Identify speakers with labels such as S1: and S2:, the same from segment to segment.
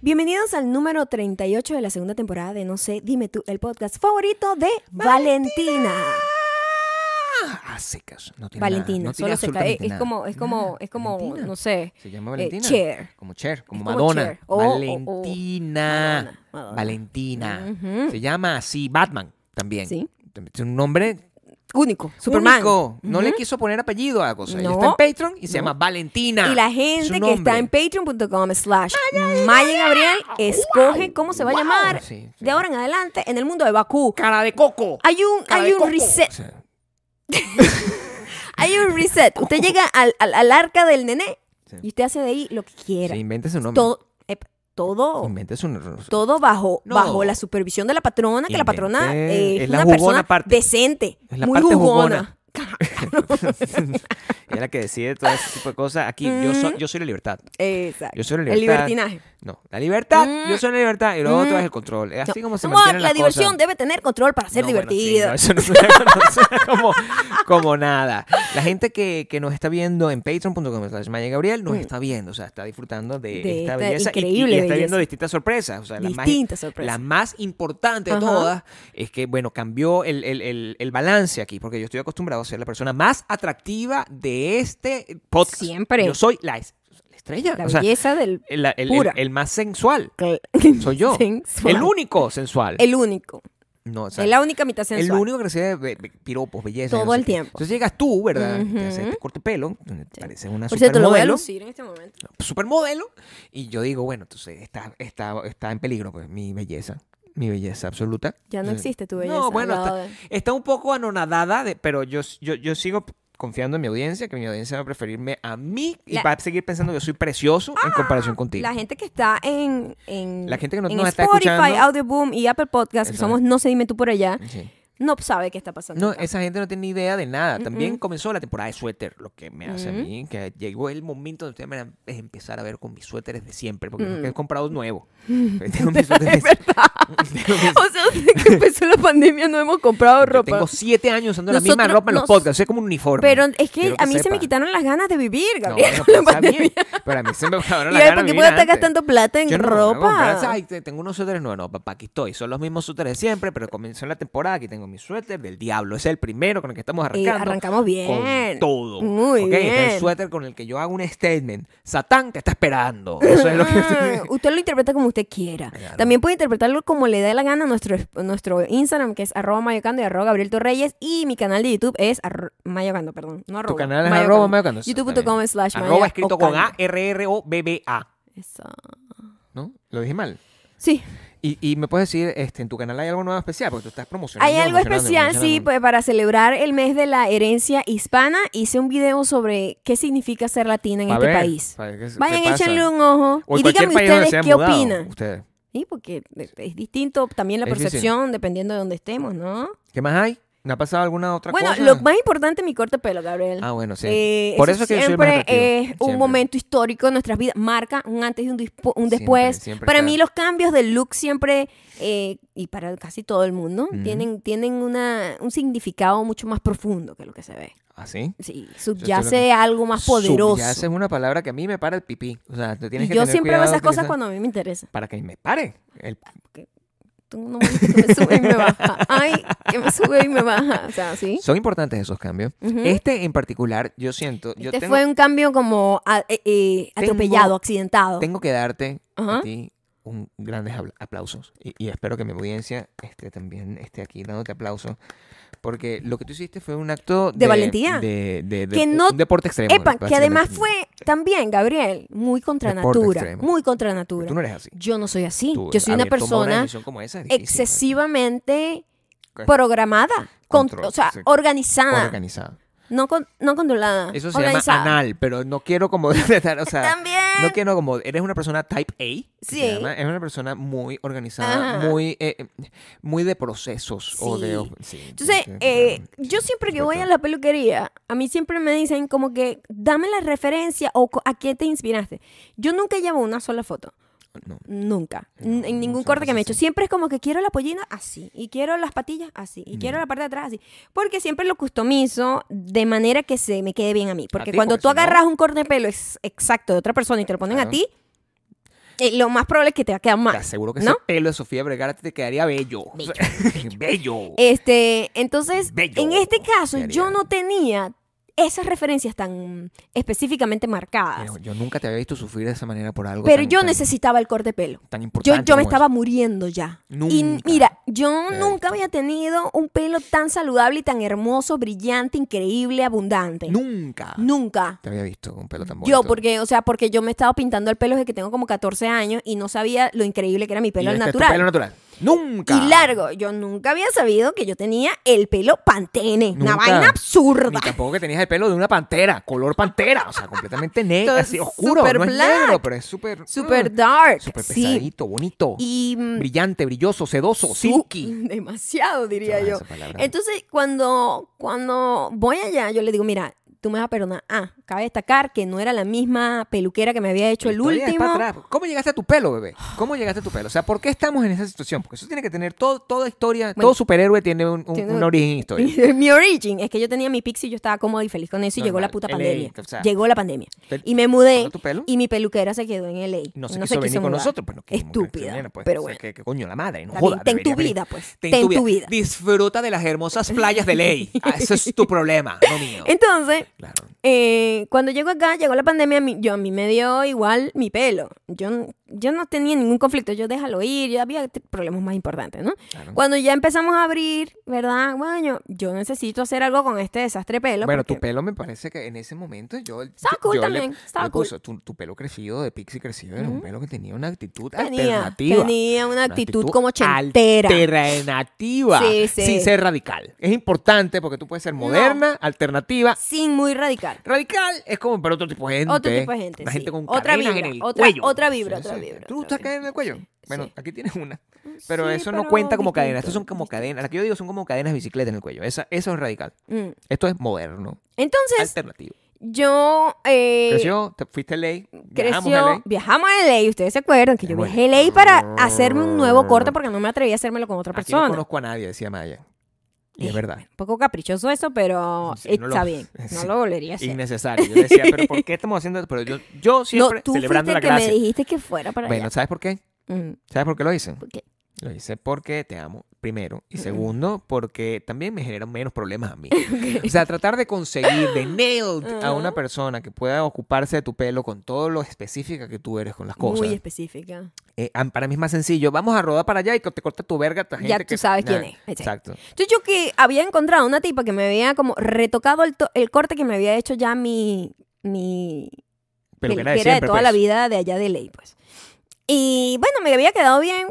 S1: Bienvenidos al número 38 de la segunda temporada de No sé, dime tú, el podcast favorito de Valentina.
S2: Ah, secas. No tiene
S1: Valentina,
S2: nada, no
S1: solo
S2: tiene
S1: se cae.
S2: absolutamente
S1: Es
S2: nada.
S1: como, es como, es como,
S2: Valentina.
S1: no sé.
S2: Se llama
S1: eh,
S2: Valentina.
S1: Cher.
S2: Como Cher, como
S1: como
S2: Madonna.
S1: Cher. O- o- o-
S2: Valentina.
S1: Madonna, Madonna.
S2: Valentina.
S1: Ujú.
S2: Se llama así Batman también.
S1: Sí.
S2: Es un nombre
S1: Único, Superman.
S2: único. No le
S1: Ujú.
S2: quiso poner apellido a cosa. Ella
S1: No.
S2: está en Patreon y se
S1: No.
S2: llama Valentina.
S1: Y la
S2: Es su
S1: gente que está
S2: nombre.
S1: en patreon.com slash Maya Gabriel escoge cómo se va a
S2: Wow.
S1: llamar
S2: Sí, sí.
S1: de ahora en adelante en el mundo de Bakú.
S2: Cara de coco.
S1: Hay un,
S2: Cara
S1: hay
S2: de
S1: un
S2: coco.
S1: reset.
S2: O sea,
S1: Hay un reset. Usted llega al, al- al arca del nené
S2: Sí.
S1: y usted hace de ahí lo que quiera.
S2: sí, inventes un nombre.
S1: todo, ep- todo,
S2: Inventes un nombre.
S1: todo bajo,
S2: No.
S1: bajo la supervisión de la patrona, que la patrona
S2: Inventé.
S1: eh, es,
S2: Es la
S1: una
S2: jugona
S1: persona
S2: parte.
S1: decente,
S2: Es la
S1: muy
S2: parte
S1: jugona.
S2: Ella es la que decide todo ese tipo de cosas. Aquí, yo, so-
S1: Ujú.
S2: yo soy la libertad.
S1: Exacto.
S2: Yo soy la
S1: El
S2: libertad.
S1: libertinaje.
S2: No, la libertad,
S1: Mm.
S2: yo soy la libertad y lo otro
S1: Mm.
S2: es el control. Es así
S1: No.
S2: como se
S1: Amor,
S2: mantiene
S1: la diversión debe tener control para ser divertida.
S2: eso no suena, no suena como, como nada. La gente que, que nos está viendo en patreon.com slash Maya Gabriel nos está viendo, o sea, está disfrutando de,
S1: Mm. De
S2: esta
S1: esta
S2: belleza y- y- y,
S1: increíble
S2: está
S1: belleza.
S2: viendo distintas sorpresas. O sea, la más-
S1: Distintas sorpresas.
S2: La más importante de
S1: Ajá.
S2: todas es que, bueno, cambió el, el- el- el balance aquí, porque yo estoy acostumbrado a ser la persona más atractiva de este podcast.
S1: Siempre.
S2: Yo soy la, es- la estrella.
S1: La
S2: o sea,
S1: belleza del
S2: el, el- el-
S1: pura.
S2: el más sensual.
S1: cl-
S2: Soy yo.
S1: Sensual.
S2: El único sensual.
S1: el único,
S2: no, o sea,
S1: es la única mitad sensual.
S2: el único que recibe be- be- piropos, belleza.
S1: Todo
S2: no sé
S1: el
S2: qué.
S1: tiempo.
S2: Entonces llegas tú, ¿verdad? Te
S1: Ujú.
S2: haces este corte de pelo, te parece una
S1: Por cierto, lo voy a
S2: supermodelo.
S1: lucir en este momento.
S2: Supermodelo. Y yo digo, bueno, entonces está, está, está en peligro pues, mi belleza. Mi belleza absoluta.
S1: Ya no
S2: Eh,
S1: existe tu belleza.
S2: No, bueno,
S1: al lado
S2: está,
S1: de-
S2: está un poco anonadada, de- pero yo, yo, yo sigo confiando en mi audiencia, que mi audiencia va a preferirme a mí y
S1: La- Ah,
S2: va a seguir pensando que soy precioso en comparación contigo.
S1: La gente que está en, en,
S2: La gente que no-
S1: en
S2: nos está
S1: Spotify,
S2: escuchando.
S1: Audioboom y Apple Podcast, que
S2: Eso
S1: somos No sé dime tú por allá,
S2: Sí.
S1: no sabe qué está pasando.
S2: No,
S1: acá.
S2: esa gente no tiene ni idea de nada. También
S1: Mm-mm.
S2: comenzó la temporada de suéter, lo que me hace a
S1: Mm.
S2: mí, que llegó el momento donde ustedes me van a empezar a ver con mis suéteres de siempre, porque no
S1: Mm.
S2: he comprado nuevo. tengo mis suéteres de tengo mis-
S1: O sea, desde que empezó la pandemia no hemos comprado
S2: yo
S1: ropa.
S2: tengo siete años usando la misma
S1: Nosotros
S2: ropa en los
S1: nos-
S2: podcasts, es como un uniforme.
S1: Pero es que,
S2: Quiero
S1: a mí se me
S2: sepa.
S1: quitaron las ganas de vivir,
S2: No,
S1: Gabriel.
S2: bueno,
S1: con la
S2: pero está bien,
S1: pandemia.
S2: pero a mí se me acabaron
S1: Y ahora,
S2: las ganas
S1: ¿por
S2: de
S1: qué
S2: vivir
S1: puedo estar
S2: antes.
S1: gastando plata en
S2: Yo no me voy a comprar,
S1: ropa? Eh,
S2: ay, te- tengo unos suéteres nuevos. No, papá, aquí estoy. Son los mismos suéteres siempre, pero comenzó la temporada. Aquí tengo mi suéter del diablo. Ese es el primero con el que estamos
S1: Eh,
S2: arrancando.
S1: arrancamos bien.
S2: con todo.
S1: Muy
S2: ¿ok? Este
S1: bien.
S2: es el suéter con el que yo hago un statement. Satán te está esperando. Eso es lo
S1: Ah,
S2: que.
S1: usted lo interpreta como usted quiera.
S2: Claro.
S1: También puede interpretarlo como le dé la gana a nuestro, nuestro Instagram, que es arroba mayocando y arroba Gabriel Torreyes. Y mi canal de YouTube es arro- mayocando, perdón. No arroba.
S2: tu canal es
S1: Mayocando.
S2: arroba mayocando.
S1: YouTube.com slash
S2: Arroba escrito con
S1: mayocando.
S2: A, R, R, O, B, B, A.
S1: Eso.
S2: ¿No? Lo dije mal.
S1: Sí,
S2: Y, y me puedes decir, este, en tu canal hay algo nuevo especial, porque tú estás promocionando.
S1: hay algo
S2: promocionando,
S1: especial, sí,
S2: promocionando.
S1: pues, para celebrar el mes de la herencia hispana. Hice un video sobre qué significa ser latina en
S2: Pa'
S1: este
S2: ver,
S1: país.
S2: pa' ver qué- qué
S1: Vayan,
S2: pasa.
S1: échenle un ojo
S2: O en
S1: y
S2: cualquier
S1: díganme
S2: país donde
S1: ustedes
S2: se hayan
S1: qué
S2: mudado,
S1: opinan.
S2: ustedes.
S1: Sí, porque es distinto también la
S2: Es distinto.
S1: percepción dependiendo de dónde estemos, ¿no?
S2: ¿Qué más hay? ¿Me ha pasado alguna otra
S1: Bueno,
S2: cosa?
S1: lo más importante es mi corte de pelo, Gabriel.
S2: Ah, bueno, sí.
S1: Eh,
S2: Por eso es que yo soy el más
S1: siempre
S2: atractivo.
S1: es un
S2: Siempre.
S1: momento histórico en nuestras vidas. Marca un antes y un, dispo- un después.
S2: Siempre, siempre
S1: para
S2: está.
S1: mí los cambios de look siempre, eh, y para casi todo el mundo,
S2: Ujú.
S1: tienen, tienen una, un significado mucho más profundo que lo que se ve.
S2: ¿Ah, sí?
S1: Sí,
S2: lo
S1: subyace
S2: que-
S1: algo más poderoso.
S2: Subyace es una palabra que a mí me para el pipí. O sea, te tienes
S1: Y
S2: que
S1: yo
S2: tener
S1: siempre hago
S2: cuidado
S1: esas
S2: de
S1: cosas
S2: utilizar-
S1: cuando a mí me interesa.
S2: Para que me pare. El...
S1: Tú no me dices que me sube y me baja. Ay, que me sube y me baja. O sea, sí.
S2: Son importantes esos cambios.
S1: Ujú.
S2: Este en particular, yo siento, yo
S1: este
S2: tengo,
S1: fue un cambio como a- eh, eh,
S2: Tengo-
S1: atropellado, accidentado.
S2: tengo que darte a
S1: Ajá.
S2: ti un grandes apl- aplausos. Y, y espero que mi audiencia este, también esté aquí dándote aplausos. Porque lo que tú hiciste fue un acto
S1: De valentía.
S2: De, de- de-
S1: Que no-
S2: un deporte extremo. pues,
S1: Epa, que además
S2: básicamente.
S1: fue también, Gabriel, muy contra
S2: Deporte
S1: natura.
S2: extremo.
S1: Muy contra
S2: Tú
S1: natura.
S2: no eres así.
S1: Yo no soy así.
S2: Tú,
S1: Yo soy
S2: a
S1: una
S2: ver, tomar
S1: persona
S2: decisión como esa es difícil, pues.
S1: excesivamente
S2: Con-
S1: programada, con-
S2: Control,
S1: o sea,
S2: sí.
S1: organizada,
S2: Organizada.
S1: no, con- no controlada.
S2: Eso se
S1: organizada.
S2: llama anal, pero no quiero como... o sea,
S1: También.
S2: No que no, como eres una persona type A. que se
S1: Sí.
S2: llama, es una persona muy organizada,
S1: Ajá.
S2: muy eh, eh, muy de procesos o de.
S1: Sí.
S2: sí,
S1: Entonces,
S2: sí,
S1: eh,
S2: claro.
S1: yo siempre que voy a
S2: Total.
S1: la peluquería, a mí siempre me dicen como que dame la referencia o co- a qué te inspiraste. Yo nunca llevo una sola foto.
S2: No.
S1: Nunca. N- en ningún
S2: muchas
S1: corte que me he
S2: veces
S1: hecho. Siempre es como que quiero la pollina así. Y quiero las patillas así. Y quiero la parte de atrás así. Porque siempre lo customizo de manera que se me quede bien a mí. Porque
S2: ti,
S1: cuando
S2: porque
S1: tú
S2: si no-
S1: agarras un corte de pelo ex- exacto de otra persona y te lo ponen a
S2: Claro.
S1: ti, eh, lo más probable es que te va a quedar
S2: Te
S1: mal.
S2: aseguro que
S1: ¿No?
S2: ese pelo de Sofía Vergara te quedaría bello.
S1: Bello,
S2: Bello.
S1: Este, entonces,
S2: Bello,
S1: en este caso, yo
S2: querida.
S1: no tenía esas referencias tan específicamente marcadas.
S2: Mira, yo nunca te había visto sufrir de esa manera por algo.
S1: pero
S2: tan-
S1: yo
S2: tan-
S1: necesitaba el corte de pelo.
S2: Tan
S1: Yo,
S2: importante.
S1: yo me
S2: como
S1: estaba muriendo ya. Y
S2: Nunca.
S1: mira, yo
S2: Te he
S1: nunca había tenido un pelo tan saludable y tan hermoso, brillante, increíble, abundante.
S2: eso. Nunca.
S1: Nunca.
S2: Te había visto con un pelo tan bonito.
S1: Yo, porque, o sea, porque yo me he estado pintando el pelo desde que tengo como 14 años y no sabía lo increíble que era mi pelo al
S2: Y este es tu
S1: natural.
S2: Pelo natural. Nunca.
S1: Y largo. Yo nunca había sabido que yo tenía el pelo pantene. Una
S2: Nunca.
S1: vaina
S2: Ni
S1: absurda.
S2: tampoco que tenías el pelo de una pantera, color pantera, o sea, completamente negro,
S1: Todo
S2: así oscuro,
S1: super
S2: no es
S1: black.
S2: negro, pero es súper
S1: Super
S2: mm,
S1: dark.
S2: súper
S1: sí.
S2: pesadito, bonito,
S1: Y. mm,
S2: brillante, brilloso, sedoso, silky.
S1: su- Demasiado, diría
S2: Ah,
S1: yo.
S2: esa palabra.
S1: Entonces, cuando, cuando voy allá, yo le digo, mira, tú me vas a perdonar. Ah, cabe destacar que no era la misma peluquera que me había hecho el
S2: La historia es
S1: último.
S2: para atrás. ¿Cómo llegaste a tu pelo, bebé? ¿Cómo llegaste a tu pelo? O sea, ¿por qué estamos en esa situación? Porque eso tiene que tener todo, toda historia,
S1: Bueno,
S2: todo superhéroe tiene un, un-
S1: tiene-
S2: un origen histórico.
S1: Mi origin es que yo tenía mi pixie y yo estaba cómoda y feliz con eso y llegó la
S2: Normal,
S1: puta
S2: LA,
S1: pandemia.
S2: o sea,
S1: llegó la pandemia.
S2: te-
S1: Y me mudé
S2: ¿no tu pelo?
S1: y mi peluquera se quedó en LA.
S2: No se quiso venir con
S1: mudar.
S2: nosotros, pero no quisimos que
S1: Estúpida.
S2: viniera, pues.
S1: Pero
S2: O sea,
S1: bueno,
S2: que- que coño la madre? No
S1: Está bien,
S2: joda,
S1: ten tu
S2: debería venir.
S1: vida, pues.
S2: Ten,
S1: Ten
S2: tu,
S1: tu
S2: vida.
S1: vida.
S2: Disfruta de las hermosas playas de ley. Ah, Eso es tu problema, no mío.
S1: entonces,
S2: Claro.
S1: eh, cuando llegó acá, llegó la pandemia, mi- yo a mí me dio igual mi pelo. Yo, n- yo no tenía ningún conflicto, yo déjalo ir, ya había t- problemas más importantes, ¿no?
S2: Claro.
S1: Cuando ya empezamos a abrir, ¿verdad? Bueno, yo necesito hacer algo con este desastre de pelo.
S2: Bueno,
S1: porque-
S2: tu pelo me parece que en ese momento yo.
S1: Estaba cool
S2: yo le-
S1: también, estaba
S2: le
S1: cool.
S2: puse- tu, tu pelo crecido de pixie crecido era un pelo que tenía una actitud
S1: tenía,
S2: alternativa.
S1: tenía una
S2: Una
S1: actitud, como chentera.
S2: Alternativa.
S1: Sí, sí.
S2: Sin ser radical. Es importante porque tú puedes ser moderna, alternativa.
S1: sin muy radical.
S2: Radical es como para otro tipo de gente.
S1: Otro tipo de gente,
S2: Una
S1: sí.
S2: gente con
S1: Otra
S2: cadenas
S1: vibra,
S2: en el
S1: otra-
S2: cuello.
S1: otra vibra, otra vibra,
S2: ¿Tú
S1: otra
S2: estás cadena en el cuello? Bueno,
S1: sí.
S2: aquí tienes una. Pero
S1: Sí,
S2: eso
S1: pero
S2: no cuenta como
S1: distinto,
S2: cadena. Estos son como
S1: distinto.
S2: cadenas. Las que yo digo son como cadenas de bicicleta en el cuello. Esa, eso es radical.
S1: Mm.
S2: Esto es moderno,
S1: Entonces,
S2: alternativo.
S1: yo... eh,
S2: Creció, te fuiste a ley, viajamos a
S1: creció-
S2: ley.
S1: viajamos a LA, ustedes se acuerdan que yo
S2: Bueno.
S1: viajé a LA para hacerme un nuevo corte porque no me atreví a hacérmelo con otra
S2: Aquí no
S1: persona.
S2: conozco a nadie, decía Maya. Y es
S1: Eh,
S2: verdad.
S1: Un poco caprichoso eso, pero
S2: Sí, no
S1: está
S2: lo-
S1: bien. No
S2: sí.
S1: lo volvería a hacer.
S2: Innecesario. Yo decía, pero ¿por qué estamos haciendo esto? Pero yo, yo siempre
S1: no, tú
S2: celebrando
S1: fuiste
S2: la
S1: el que
S2: gracia.
S1: me dijiste que fuera para
S2: Bueno, ¿sabes por qué?
S1: allá. Mm,
S2: ¿Sabes por qué lo hice?
S1: ¿por qué?
S2: Lo hice porque te amo, primero. Y
S1: Mm-mm.
S2: segundo, porque también me generan menos problemas a mí. O sea, tratar de conseguir, de nailed a una
S1: Ajá.
S2: persona que pueda ocuparse de tu pelo con todo lo específica que tú eres con las cosas.
S1: Muy específica.
S2: eh, a- para mí es más sencillo. Vamos a rodar para allá y que te corta tu verga. esta
S1: Ya
S2: gente
S1: tú
S2: que-
S1: sabes quién
S2: Nah,
S1: es. Exacto.
S2: Exacto.
S1: Entonces yo que había encontrado una tipa que me había como retocado el, to- el corte que me había hecho ya mi, mi
S2: Pero que
S1: peluquera
S2: era de
S1: de,
S2: siempre.
S1: toda
S2: pues.
S1: la vida de allá de ley, pues. Y bueno, me había quedado bien,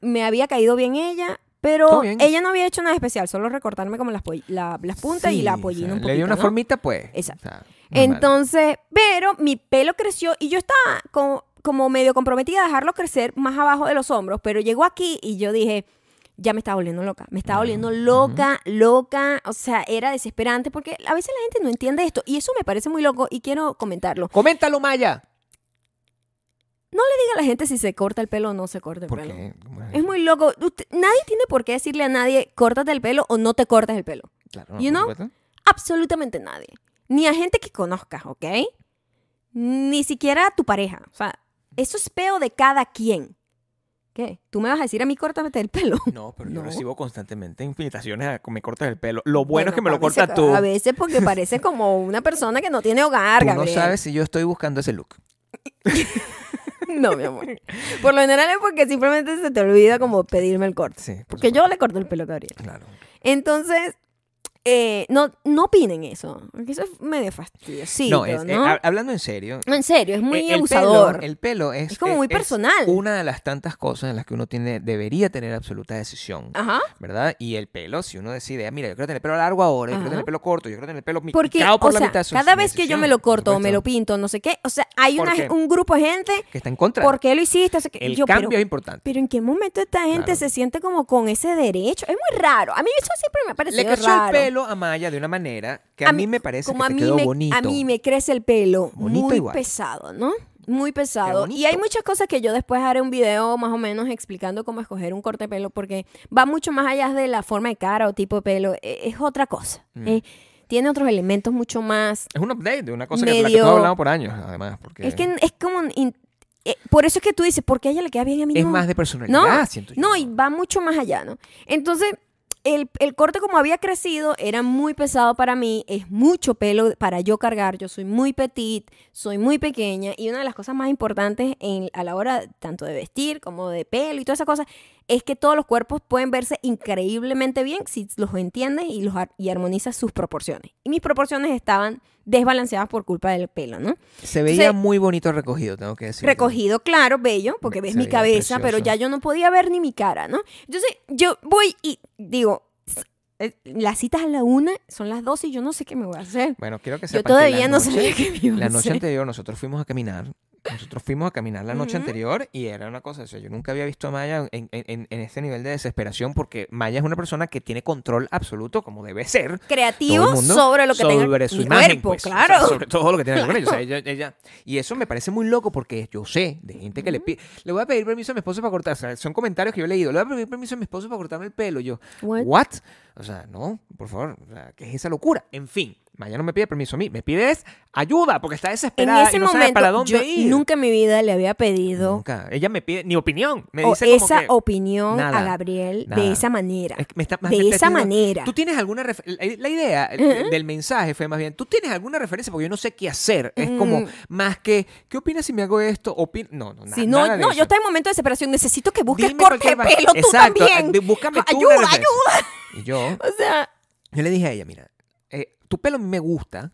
S1: me había caído bien ella, pero
S2: Todo bien.
S1: ella no había hecho nada especial, solo recortarme como las, poll- la- las puntas y
S2: Sí,
S1: la
S2: o
S1: apoyina
S2: sea,
S1: un poquito.
S2: Le dio una
S1: ¿no?
S2: formita, pues.
S1: Exacto.
S2: O sea, normal.
S1: Entonces, pero mi pelo creció y yo estaba como, como medio comprometida a dejarlo crecer más abajo de los hombros, pero llegó aquí y yo dije, ya me estaba volviendo loca, me
S2: Ah,
S1: estaba volviendo loca, loca, o sea, era desesperante porque a veces la gente no entiende esto y eso me parece muy loco y quiero comentarlo.
S2: Coméntalo, Maya.
S1: Diga a la gente si se corta el pelo o no se corta el
S2: ¿Por
S1: pelo.
S2: qué? ¿Cómo es
S1: Es muy loco. Usted- nadie tiene por qué decirle a nadie, córtate el pelo o no te cortas el pelo.
S2: Claro,
S1: you
S2: por
S1: know?
S2: supuesto.
S1: absolutamente nadie. Ni a gente que conozcas, ¿ok? Ni siquiera a tu pareja. O sea, eso es peo de cada quien. ¿Qué? ¿Tú me vas a decir a mí córtate el pelo?
S2: No, pero yo
S1: No.
S2: recibo constantemente invitaciones a que me cortes el pelo. Lo bueno, es que me lo
S1: a veces-
S2: cortas tú.
S1: A veces porque parece como una persona que no tiene hogar,
S2: Tú no
S1: Gabriel.
S2: sabes si yo estoy buscando ese look.
S1: No, mi amor. Por lo general es porque simplemente se te olvida como pedirme el corte.
S2: Sí, por
S1: Porque yo le corto el pelo a Gabriel.
S2: supuesto. Claro.
S1: Entonces, eh, no, no opinen eso. Porque eso es medio fastidiosito,
S2: no,
S1: ¿no?
S2: es- eh, ha- hablando en serio.
S1: No, en serio, es muy
S2: eh, el
S1: abusador.
S2: Pelo, el pelo es.
S1: Es como muy personal.
S2: una de las tantas cosas en las que uno tiene, debería tener absoluta decisión.
S1: Ajá.
S2: ¿Verdad? Y el pelo, si uno decide, "Ah, mira, yo quiero tener el pelo largo ahora, yo
S1: Ajá.
S2: quiero tener el pelo corto, yo quiero tener el pelo mi-
S1: Porque,
S2: picado por
S1: o
S2: la
S1: sea,
S2: mitad. eso es
S1: cada
S2: mi
S1: vez que yo
S2: decisión,
S1: me lo
S2: por
S1: corto o me lo
S2: supuesto,
S1: pinto, no sé qué, o sea, hay
S2: ¿Por
S1: una-
S2: qué?
S1: un grupo de gente,
S2: Que está en contra.
S1: ¿por qué lo hiciste? O sea, que
S2: el
S1: yo,
S2: cambio
S1: pero,
S2: es importante.
S1: pero ¿en qué momento esta gente
S2: Claro.
S1: se siente como con ese derecho? Es muy raro. A mí eso siempre me ha
S2: Le
S1: parecido
S2: creció el
S1: raro.
S2: pelo a Maya de una manera que a, mí, me parece que
S1: como a
S2: te
S1: mí
S2: quedó
S1: me,
S2: bonito.
S1: A mí me crece el pelo
S2: Bonito
S1: muy
S2: igual.
S1: pesado, ¿no? Muy pesado. Y
S2: bonito.
S1: hay muchas cosas que yo después haré un video más o menos explicando cómo escoger un corte de pelo porque va mucho más allá de la forma de cara o tipo de pelo. E- Es, otra cosa.
S2: Mm.
S1: Eh, tiene otros elementos mucho más
S2: Es un update de una cosa que, de la que
S1: medio-
S2: tú has hablado por años, además. Porque
S1: Es que es como in- eh, por eso es que tú dices, ¿por qué a ella le queda bien y a mí
S2: Es
S1: no?
S2: más de
S1: No,
S2: personalidad, siento yo.
S1: no, y va mucho más allá, ¿no? Entonces, el, el corte como había crecido era muy pesado para mí, es mucho pelo para yo cargar, yo soy muy petit, soy muy pequeña y una de las cosas más importantes en- a la hora tanto de vestir como de pelo y todas esas cosas es que todos los cuerpos pueden verse increíblemente bien si los entiendes y, los ar- y armonizas sus proporciones. Y mis proporciones estaban desbalanceadas por culpa del pelo, ¿no?
S2: Se veía
S1: entonces-
S2: muy bonito recogido, tengo que decir.
S1: recogido, claro, bello, porque
S2: Me-
S1: ves
S2: se
S1: mi
S2: veía
S1: cabeza, pero
S2: precioso.
S1: ya yo no podía ver ni mi cara, ¿no? Entonces, yo voy y digo, s- eh, las citas a la una, son las dos y yo no sé qué me voy a hacer.
S2: Bueno, quiero que
S1: Yo
S2: sepan
S1: todavía
S2: que la
S1: no
S2: noche-
S1: sabía qué me iba a
S2: La noche
S1: hacer.
S2: anterior nosotros fuimos a caminar. Nosotros fuimos a caminar la noche
S1: Ujú.
S2: anterior y era una cosa, o sea, yo nunca había visto a Maya en, en- en- en este nivel de desesperación porque Maya es una persona que tiene control absoluto, como debe ser, todo
S1: Creativo
S2: el mundo,
S1: sobre lo que tenga
S2: sobre su
S1: mi
S2: imagen,
S1: cuerpo,
S2: pues, o sea,
S1: claro.
S2: sobre todo lo que tiene que ver con ella. O sea, ella- ella- Y eso me parece muy loco porque yo sé de gente que le pide, le voy a pedir permiso a mi esposo para cortar, o sea, son comentarios que yo he leído, le voy a pedir permiso a mi esposo para cortarme el pelo, yo,
S1: What?
S2: ¿What? O sea, no, por favor, o sea, ¿qué es esa locura? En fin, Maya no me pide permiso a mí, me pide es ayuda porque está
S1: En
S2: desesperada
S1: ese
S2: y no sabe
S1: momento,
S2: para dónde
S1: yo
S2: ir.
S1: nunca en mi vida le había pedido
S2: Nunca. Ella me pide ni opinión, Mm, me
S1: o
S2: dice como
S1: esa
S2: que-
S1: opinión a
S2: nada,
S1: Gabriel de
S2: nada.
S1: esa manera.
S2: Es que me está- más
S1: de
S2: me está
S1: esa
S2: diciendo,
S1: manera.
S2: ¿Tú tienes alguna ref- la, la idea eh, del mensaje fue más bien, ¿tú tienes alguna referencia? Porque yo no sé qué hacer. Es como
S1: Mm.
S2: más que, ¿qué opinas si me hago esto? Opin no, no, na-
S1: Si no,
S2: nada de
S1: no,
S2: eso.
S1: yo estoy en momento de desesperación. Necesito que busques
S2: Dime
S1: corte de
S2: cualquier vaina.
S1: pelo tú
S2: Exacto,
S1: también.
S2: eh, búscame tú una
S1: ayuda,
S2: referencia.
S1: ayuda.
S2: Y yo,
S1: O sea,
S2: yo le dije a ella, mira, eh, tu pelo a mí me gusta.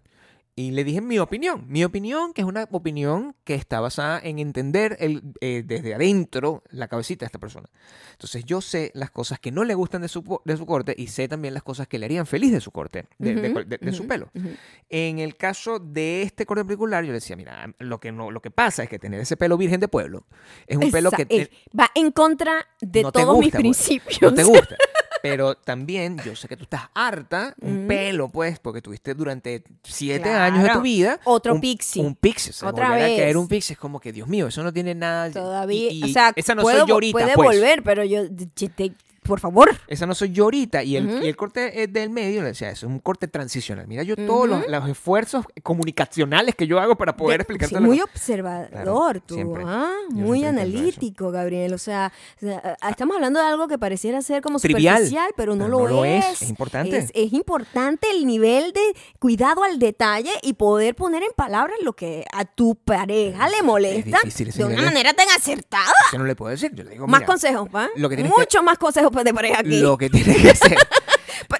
S2: Y le dije mi opinión. Mi opinión, que es una opinión que está basada en entender el, eh, desde adentro la cabecita de esta persona. Entonces yo sé las cosas que no le gustan de su, po- de su corte y sé también las cosas que le harían feliz de su corte, de, de-
S1: Ujú,
S2: de- de su
S1: ujú,
S2: pelo.
S1: ujú.
S2: En el caso de este corte particular, yo le decía, mira, lo que, no, lo que pasa es que tener ese pelo virgen de pueblo es un pelo
S1: Esa-
S2: que...
S1: eh,
S2: te-
S1: va en contra de
S2: no te
S1: todos mis
S2: gusta, güey.
S1: principios.
S2: no te gusta. Pero también yo sé que tú estás harta, un
S1: Mm.
S2: pelo, pues, porque tuviste durante siete
S1: Claro.
S2: años de tu vida.
S1: Otro
S2: un,
S1: pixie.
S2: Un pixie. O sea,
S1: Otra
S2: volver
S1: vez.
S2: a caer un pixie es como que, Dios mío, eso no tiene nada.
S1: Todavía,
S2: y-
S1: o
S2: y
S1: sea,
S2: esa no
S1: puedo,
S2: soy yo ahorita.
S1: puede
S2: pues.
S1: volver, pero yo, yo te- por favor.
S2: Esa no soy yo ahorita. Y el,
S1: Ujú.
S2: y el corte eh, del medio, o sea, es un corte transicional. Mira, yo todos los,
S1: Ujú.
S2: los esfuerzos comunicacionales que yo hago para poder
S1: De-
S2: explicarte
S1: sí,
S2: la
S1: muy
S2: cosa.
S1: observador
S2: Claro,
S1: tú,
S2: siempre.
S1: ¿ah?
S2: Yo
S1: muy
S2: siempre intento
S1: analítico, Gabriel. O sea, o sea, ah, estamos hablando de algo que pareciera ser como
S2: Trivial,
S1: superficial, pero no
S2: pero
S1: lo,
S2: no lo es.
S1: es.
S2: Es importante.
S1: Es, es importante el nivel de cuidado al detalle y poder poner en palabras lo que a tu pareja le molesta
S2: difícil ese
S1: de una
S2: nivel de-
S1: manera tan acertada.
S2: Yo no le puedo decir. Yo le digo,
S1: más
S2: Pues mira,
S1: consejos, ¿va?
S2: lo que tienes que-
S1: Muchos más consejos pues, de pareja aquí.
S2: lo que tienes que hacer.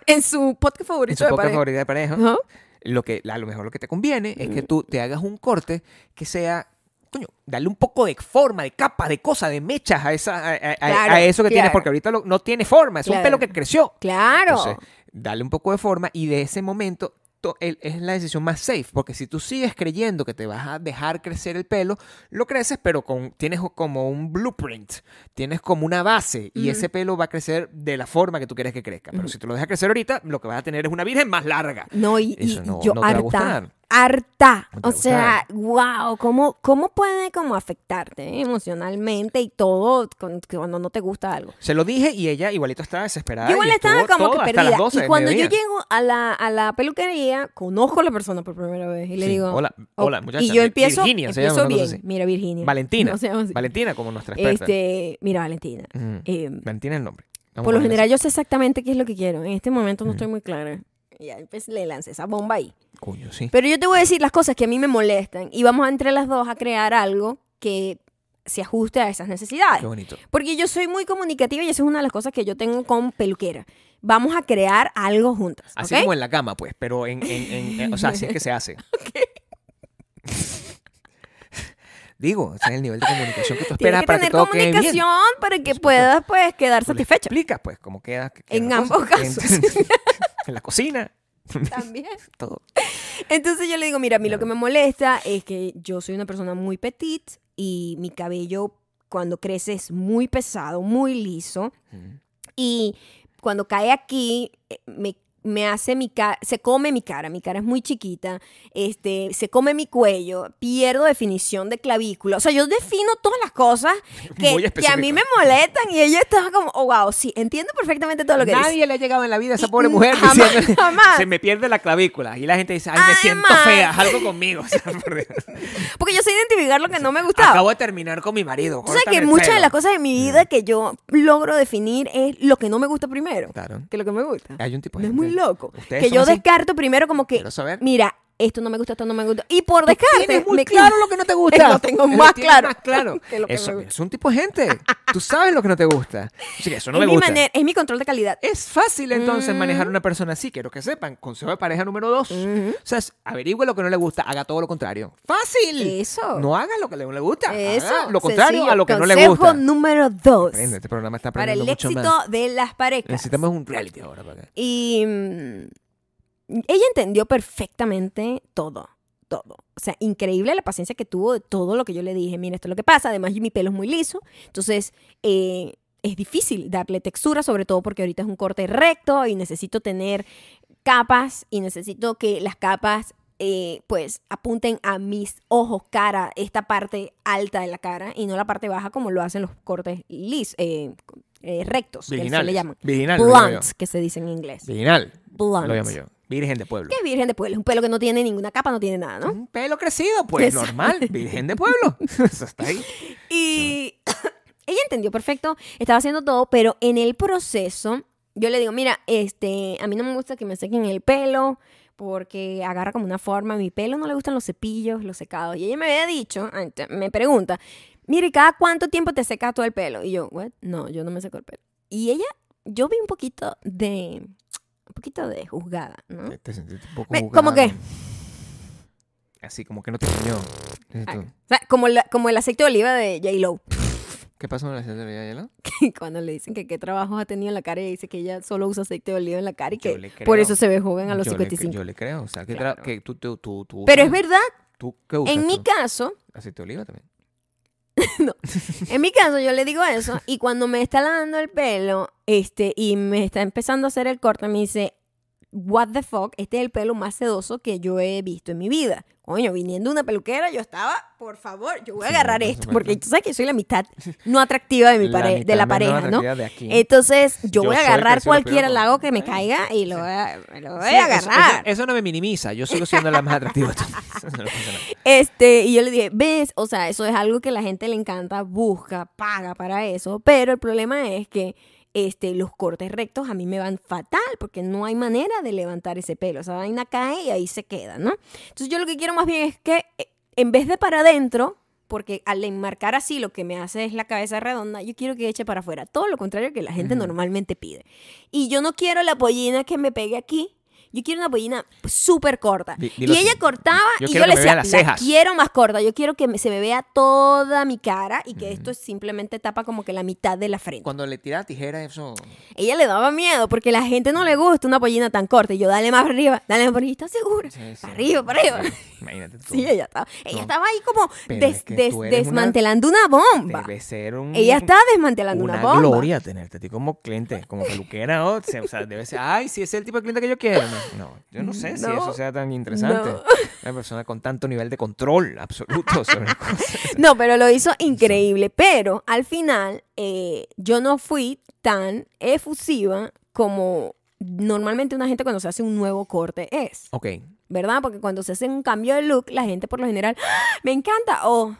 S1: En su podcast
S2: en
S1: favorito
S2: su
S1: de
S2: poca
S1: pareja.
S2: favorita de pareja.
S1: Ajá.
S2: lo que a lo mejor lo que te conviene es que tú te hagas un corte que sea coño dale un poco de forma de capa de cosa de mechas a esa a, a- a-
S1: Claro,
S2: a eso que tienes
S1: claro.
S2: porque ahorita lo- no tiene forma es
S1: Claro.
S2: un pelo que creció
S1: Claro.
S2: entonces dale un poco de forma y de ese momento to- el- es la decisión más safe porque si tú sigues creyendo que te vas a dejar crecer el pelo lo creces pero con tienes como un blueprint tienes como una base y ese pelo va a crecer de la forma que tú quieres que crezca pero si te lo dejas crecer ahorita lo que vas a tener es una virgen más larga
S1: No, y, y-
S2: Eso
S1: y
S2: no-
S1: yo
S2: no te va a
S1: harta.
S2: gustar.
S1: Harta.
S2: No te
S1: O
S2: va a
S1: sea, wow, ¿cómo, cómo puede como afectarte eh, emocionalmente y todo con- cuando no te gusta algo?
S2: Se lo dije y ella igualito estaba desesperada.
S1: Yo igual
S2: y
S1: estaba
S2: estuvo
S1: como
S2: todo
S1: que
S2: hasta las
S1: perdida.
S2: 12
S1: y
S2: del
S1: cuando yo
S2: mediodía.
S1: llego a la, a la peluquería, conozco a la persona por primera vez y le
S2: Sí,
S1: digo...
S2: hola,
S1: oh,
S2: hola, muchacha.
S1: Y yo
S2: Vir-
S1: empiezo,
S2: Virginia se llama,
S1: empiezo
S2: una cosa
S1: bien.
S2: así.
S1: Mira, Virginia.
S2: Valentina.
S1: No se llama así.
S2: Valentina como nuestra experta.
S1: Este, mira, Valentina.
S2: Mm.
S1: eh,
S2: Valentina es el nombre. Vamos
S1: por
S2: a
S1: lo
S2: ponerle
S1: general yo sé exactamente qué es lo que quiero. En este momento no
S2: Mm.
S1: estoy muy clara. Y ahí pues, le lancé esa bomba ahí.
S2: así. Coño, sí.
S1: Pero yo te voy a decir las cosas que a mí me molestan y vamos a entre las dos a crear algo que se ajuste a esas
S2: Qué
S1: necesidades.
S2: bonito.
S1: Porque yo soy muy comunicativa y esa es una de las cosas que yo tengo con peluquera. Vamos a crear algo juntas.
S2: Así
S1: ¿ok?
S2: como en la cama, pues, pero en, en- en- en- o sea, así es que se hace. Digo, ese es el nivel de comunicación que tú
S1: Tienes
S2: esperas
S1: que
S2: para que
S1: tener
S2: todo quede bien.
S1: comunicación para que
S2: supuesto.
S1: puedas pues quedar
S2: Tú le
S1: satisfecha.
S2: Explicas, pues, cómo queda. que queda
S1: En
S2: la cosa.
S1: ambos casos.
S2: En, en la cocina,
S1: También.
S2: todo.
S1: Entonces yo le digo, mira, a mí lo que
S2: Claro.
S1: me molesta es que yo soy una persona muy petit y mi cabello cuando crece es muy pesado, muy liso.
S2: Mm.
S1: Y cuando cae aquí, eh, me me hace mi cara, se come mi cara, mi cara es muy chiquita, este, se come mi cuello, pierdo definición de clavícula. O sea, yo defino todas las cosas
S2: Muy
S1: que, que a mí me molestan y ella estaba como, oh, wow, sí, entiendo perfectamente todo lo que
S2: Nadie
S1: dice.
S2: le ha llegado en la vida a esa
S1: Y
S2: pobre mujer
S1: jamás,
S2: diciéndole,
S1: jamás.
S2: se me pierde la clavícula. Y la gente dice, ay, me siento
S1: Además.
S2: fea, haz algo conmigo. O sea, por Dios.
S1: Porque yo sé identificar lo que no me gustaba.
S2: Acabo de terminar con mi marido.
S1: Tú sabes
S2: córtame
S1: que
S2: el
S1: muchas de
S2: pelo. Mm.
S1: las cosas de mi vida que yo logro definir es lo que no me gusta primero.
S2: Claro.
S1: Que lo que me gusta.
S2: Hay un tipo
S1: No
S2: de
S1: es
S2: gente-
S1: muy loco.
S2: Ustedes
S1: Que
S2: son
S1: yo
S2: así.
S1: descarto primero como que,
S2: Quiero saber.
S1: mira, esto no me gusta, esto no me gusta. Y por descarte.
S2: Tienes muy
S1: me-
S2: claro lo que no te gusta.
S1: Lo tengo
S2: Lo
S1: más
S2: tienes
S1: claro.
S2: más claro.
S1: que lo que
S2: Eso-
S1: me gusta.
S2: es un tipo de gente. Tú sabes lo que no te gusta. Así que eso no
S1: es
S2: me
S1: mi
S2: gusta.
S1: manera, es mi control de calidad.
S2: Es fácil entonces
S1: Mm.
S2: manejar a una persona así. Quiero que sepan. Consejo de pareja número dos.
S1: Ujú.
S2: O sea, es- averigüe lo que no le gusta. Haga todo lo contrario. Fácil.
S1: Eso.
S2: No haga lo que no le gusta.
S1: Eso.
S2: haga lo contrario
S1: sencillo.
S2: a lo que no le
S1: Consejo
S2: gusta.
S1: número dos.
S2: Aprende, este programa está
S1: Para
S2: aprendiendo
S1: el
S2: mucho
S1: éxito
S2: más.
S1: de las parejas.
S2: Necesitamos un reality ahora. para que-
S1: Y mm, ella entendió perfectamente todo, todo. O sea, increíble la paciencia que tuvo de todo lo que yo le dije. Mira, esto es lo que pasa. Además, mi pelo es muy liso. Entonces, eh, es difícil darle textura, sobre todo porque ahorita es un corte recto y necesito tener capas y necesito que las capas eh, pues apunten a mis ojos, cara, esta parte alta de la cara y no la parte baja como lo hacen los cortes lis, eh, eh, rectos, que se le
S2: Virginales.
S1: llaman.
S2: Virginal. lo llamo yo.
S1: Blunt, que se dice en inglés.
S2: Virginal. Lo llamo
S1: Blunt.
S2: yo. Virgen de pueblo.
S1: Que es virgen de pueblo, es un pelo que no tiene ninguna capa, no tiene nada, ¿no?
S2: Un pelo crecido, pues
S1: Exacto.
S2: normal, virgen de pueblo. Eso está ahí.
S1: Y ella entendió perfecto, estaba haciendo todo, pero en el proceso yo le digo, mira, este, a mí no me gusta que me sequen el pelo porque agarra como una forma, a mi pelo no le gustan los cepillos, los secados. Y ella me había dicho, antes, me pregunta, mira, ¿y cada cuánto tiempo te secas todo el pelo? Y yo, what? No, yo no me seco el pelo. Y ella, yo vi un poquito de, un poquito de juzgada, ¿no?
S2: Te, te sentiste un poco
S1: Me- ¿cómo
S2: juzgado.
S1: qué?
S2: Así, como que no te enseñó. Dices tú,
S1: O sea, como, la- como el aceite de oliva de J-Lo.
S2: ¿Qué pasó con la señora de Ayala?
S1: que Cuando le dicen que qué trabajos ha tenido en la cara y dice que ella solo usa aceite de oliva en la cara y
S2: Yo
S1: que
S2: le creo.
S1: por eso se ve joven a los
S2: Yo le cre-
S1: 55.
S2: yo le creo. O sea, que,
S1: Claro.
S2: tra- que tú, tú, tú, tú
S1: Pero es
S2: usas-
S1: verdad,
S2: ¿Tú qué usas?
S1: en mi
S2: tú?
S1: caso,
S2: Aceite de oliva también.
S1: en mi caso yo le digo eso y cuando me está lavando el pelo este y me está empezando a hacer el corte me dice, what the fuck, este es el pelo más sedoso que yo he visto en mi vida. Coño, viniendo de una peluquera yo estaba, por favor, yo voy a
S2: Sí,
S1: agarrar
S2: por
S1: esto
S2: supuesto.
S1: porque tú sabes que yo soy la mitad no atractiva de, mi pare- de la pareja, ¿no? Eh, Entonces, yo,
S2: Yo
S1: voy a
S2: soy
S1: agarrar
S2: Tercio Lopero
S1: cualquier
S2: con-
S1: halago que me
S2: Sí.
S1: caiga y lo voy a, lo voy
S2: Sí,
S1: a
S2: eso-
S1: agarrar.
S2: Eso, eso no me minimiza. Yo sigo siendo la más atractiva. Eso no pasa nada.
S1: Este, y yo le dije, ves, o sea, eso es algo que la gente le encanta, busca, paga para eso, pero el problema es que este, los cortes rectos a mí me van fatal porque no hay manera de levantar ese pelo, esa vaina cae y ahí se queda, ¿no? Entonces yo lo que quiero más bien es que eh, en vez de para adentro, porque al enmarcar así lo que me hace es la cabeza redonda, yo quiero que eche para afuera, todo lo contrario que la gente
S2: Ujú.
S1: normalmente pide. Y yo no quiero la pollina que me pegue aquí. Yo quiero una pollina súper corta.
S2: Di-
S1: Y
S2: dilo así.
S1: ella cortaba
S2: Yo
S1: y yo
S2: quiero
S1: le
S2: que me
S1: decía,
S2: vean las
S1: "La
S2: cejas".
S1: quiero más corta, yo quiero que me- se me vea toda mi cara y que
S2: Mm.
S1: esto simplemente tapa como que la mitad de la frente.
S2: Cuando le tira la tijera, eso.
S1: Ella le daba miedo porque la gente no le gusta una pollina tan corta. Y yo, dale más arriba, dale más arriba, ¿estás segura?
S2: Sí, sí.
S1: Para arriba, para arriba.
S2: Imagínate tú.
S1: Sí, ella estaba, ella
S2: No.
S1: estaba ahí como
S2: Pero
S1: des-
S2: es que
S1: des-
S2: tú eres una-
S1: desmantelando una bomba.
S2: Debe ser un.
S1: Ella estaba desmantelando una,
S2: una
S1: bomba.
S2: gloria tenerte a ti como cliente, como peluquera. O sea, o sea, debe ser, ay, si es el tipo de cliente que yo quiero. No, no, yo no sé si
S1: No,
S2: eso sea tan interesante.
S1: no.
S2: Una persona con tanto nivel de control absoluto sobre las cosas.
S1: No, pero lo hizo increíble. Pero al final eh, yo no fui tan efusiva como normalmente una gente cuando se hace un nuevo corte es,
S2: Ok,
S1: ¿verdad? Porque cuando se hace un cambio de look, la gente por lo general, "¡Ah! me encanta o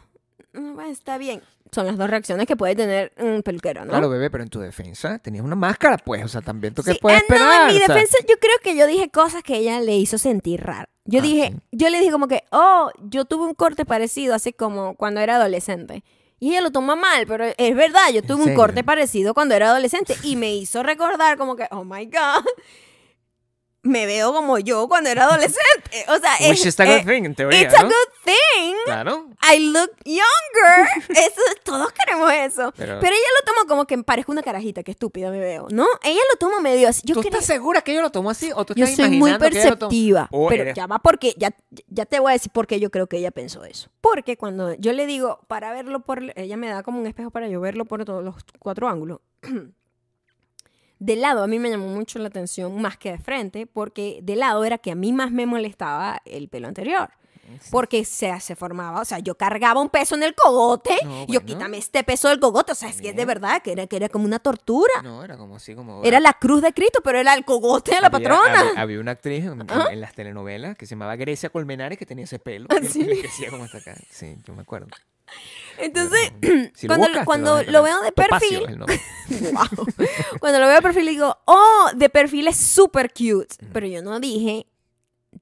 S1: "Mm, bueno, está bien. Son las dos reacciones que puede tener un peluquero, ¿no?
S2: claro, bebé, pero en tu defensa tenías una máscara, pues. O sea, también tú qué
S1: Sí,
S2: puedes
S1: ah, no,
S2: esperar.
S1: en mi
S2: O sea,
S1: defensa, yo creo que yo dije cosas que ella le hizo sentir rara. Yo
S2: Ah,
S1: dije,
S2: sí.
S1: yo le dije como que, oh, yo tuve un corte parecido así como cuando era adolescente. Y ella lo toma mal, pero es verdad, yo
S2: ¿En
S1: tuve un
S2: serio?
S1: corte parecido cuando era adolescente y me hizo recordar como que, oh my God, me veo como yo cuando era adolescente. O sea,
S2: Which is a
S1: eh,
S2: good thing, en teoría.
S1: it's a
S2: ¿no?
S1: good thing.
S2: Claro.
S1: I look younger. Eso, todos queremos eso.
S2: Pero-
S1: Pero ella lo toma como que parezco una carajita, que estúpida me veo. No, ella lo toma medio así. Yo
S2: ¿Tú
S1: creo-
S2: estás segura que ella lo tomó así? ¿O tú
S1: yo
S2: estás
S1: soy muy
S2: imaginando que ella lo tomó?
S1: perceptiva.
S2: O
S1: pero
S2: eres-
S1: ya va porque, ya, ya te voy a decir por qué yo creo que ella pensó eso. Porque cuando yo le digo, para verlo por, ella me da como un espejo para yo verlo por todos los cuatro ángulos. De lado a mí me llamó mucho la atención, más que de frente, porque de lado era que a mí más me molestaba el pelo anterior. Porque se, se formaba, o sea, yo cargaba un peso en el cogote,
S2: No, pues,
S1: yo
S2: bueno.
S1: quítame este peso del cogote, o sea, es que es de
S2: Bien.
S1: verdad, que era, que era como una tortura.
S2: No, era como así, como...
S1: Era la cruz de Cristo, pero era el cogote de la
S2: Había-
S1: patrona.
S2: Había, había una actriz en, en- en las telenovelas que se llamaba Grecia Colmenares que tenía ese pelo.
S1: Ah,
S2: que-
S1: ¿sí?
S2: que hacía como hasta acá. Sí, yo me acuerdo.
S1: Entonces, Mm,
S2: Si
S1: cuando,
S2: buscas, te
S1: cuando
S2: vas a
S1: lo
S2: encontrar.
S1: veo de
S2: Topacio
S1: perfil,
S2: es el nombre.
S1: Wow. Cuando lo veo de perfil digo, oh, de perfil es súper cute. Pero yo no dije,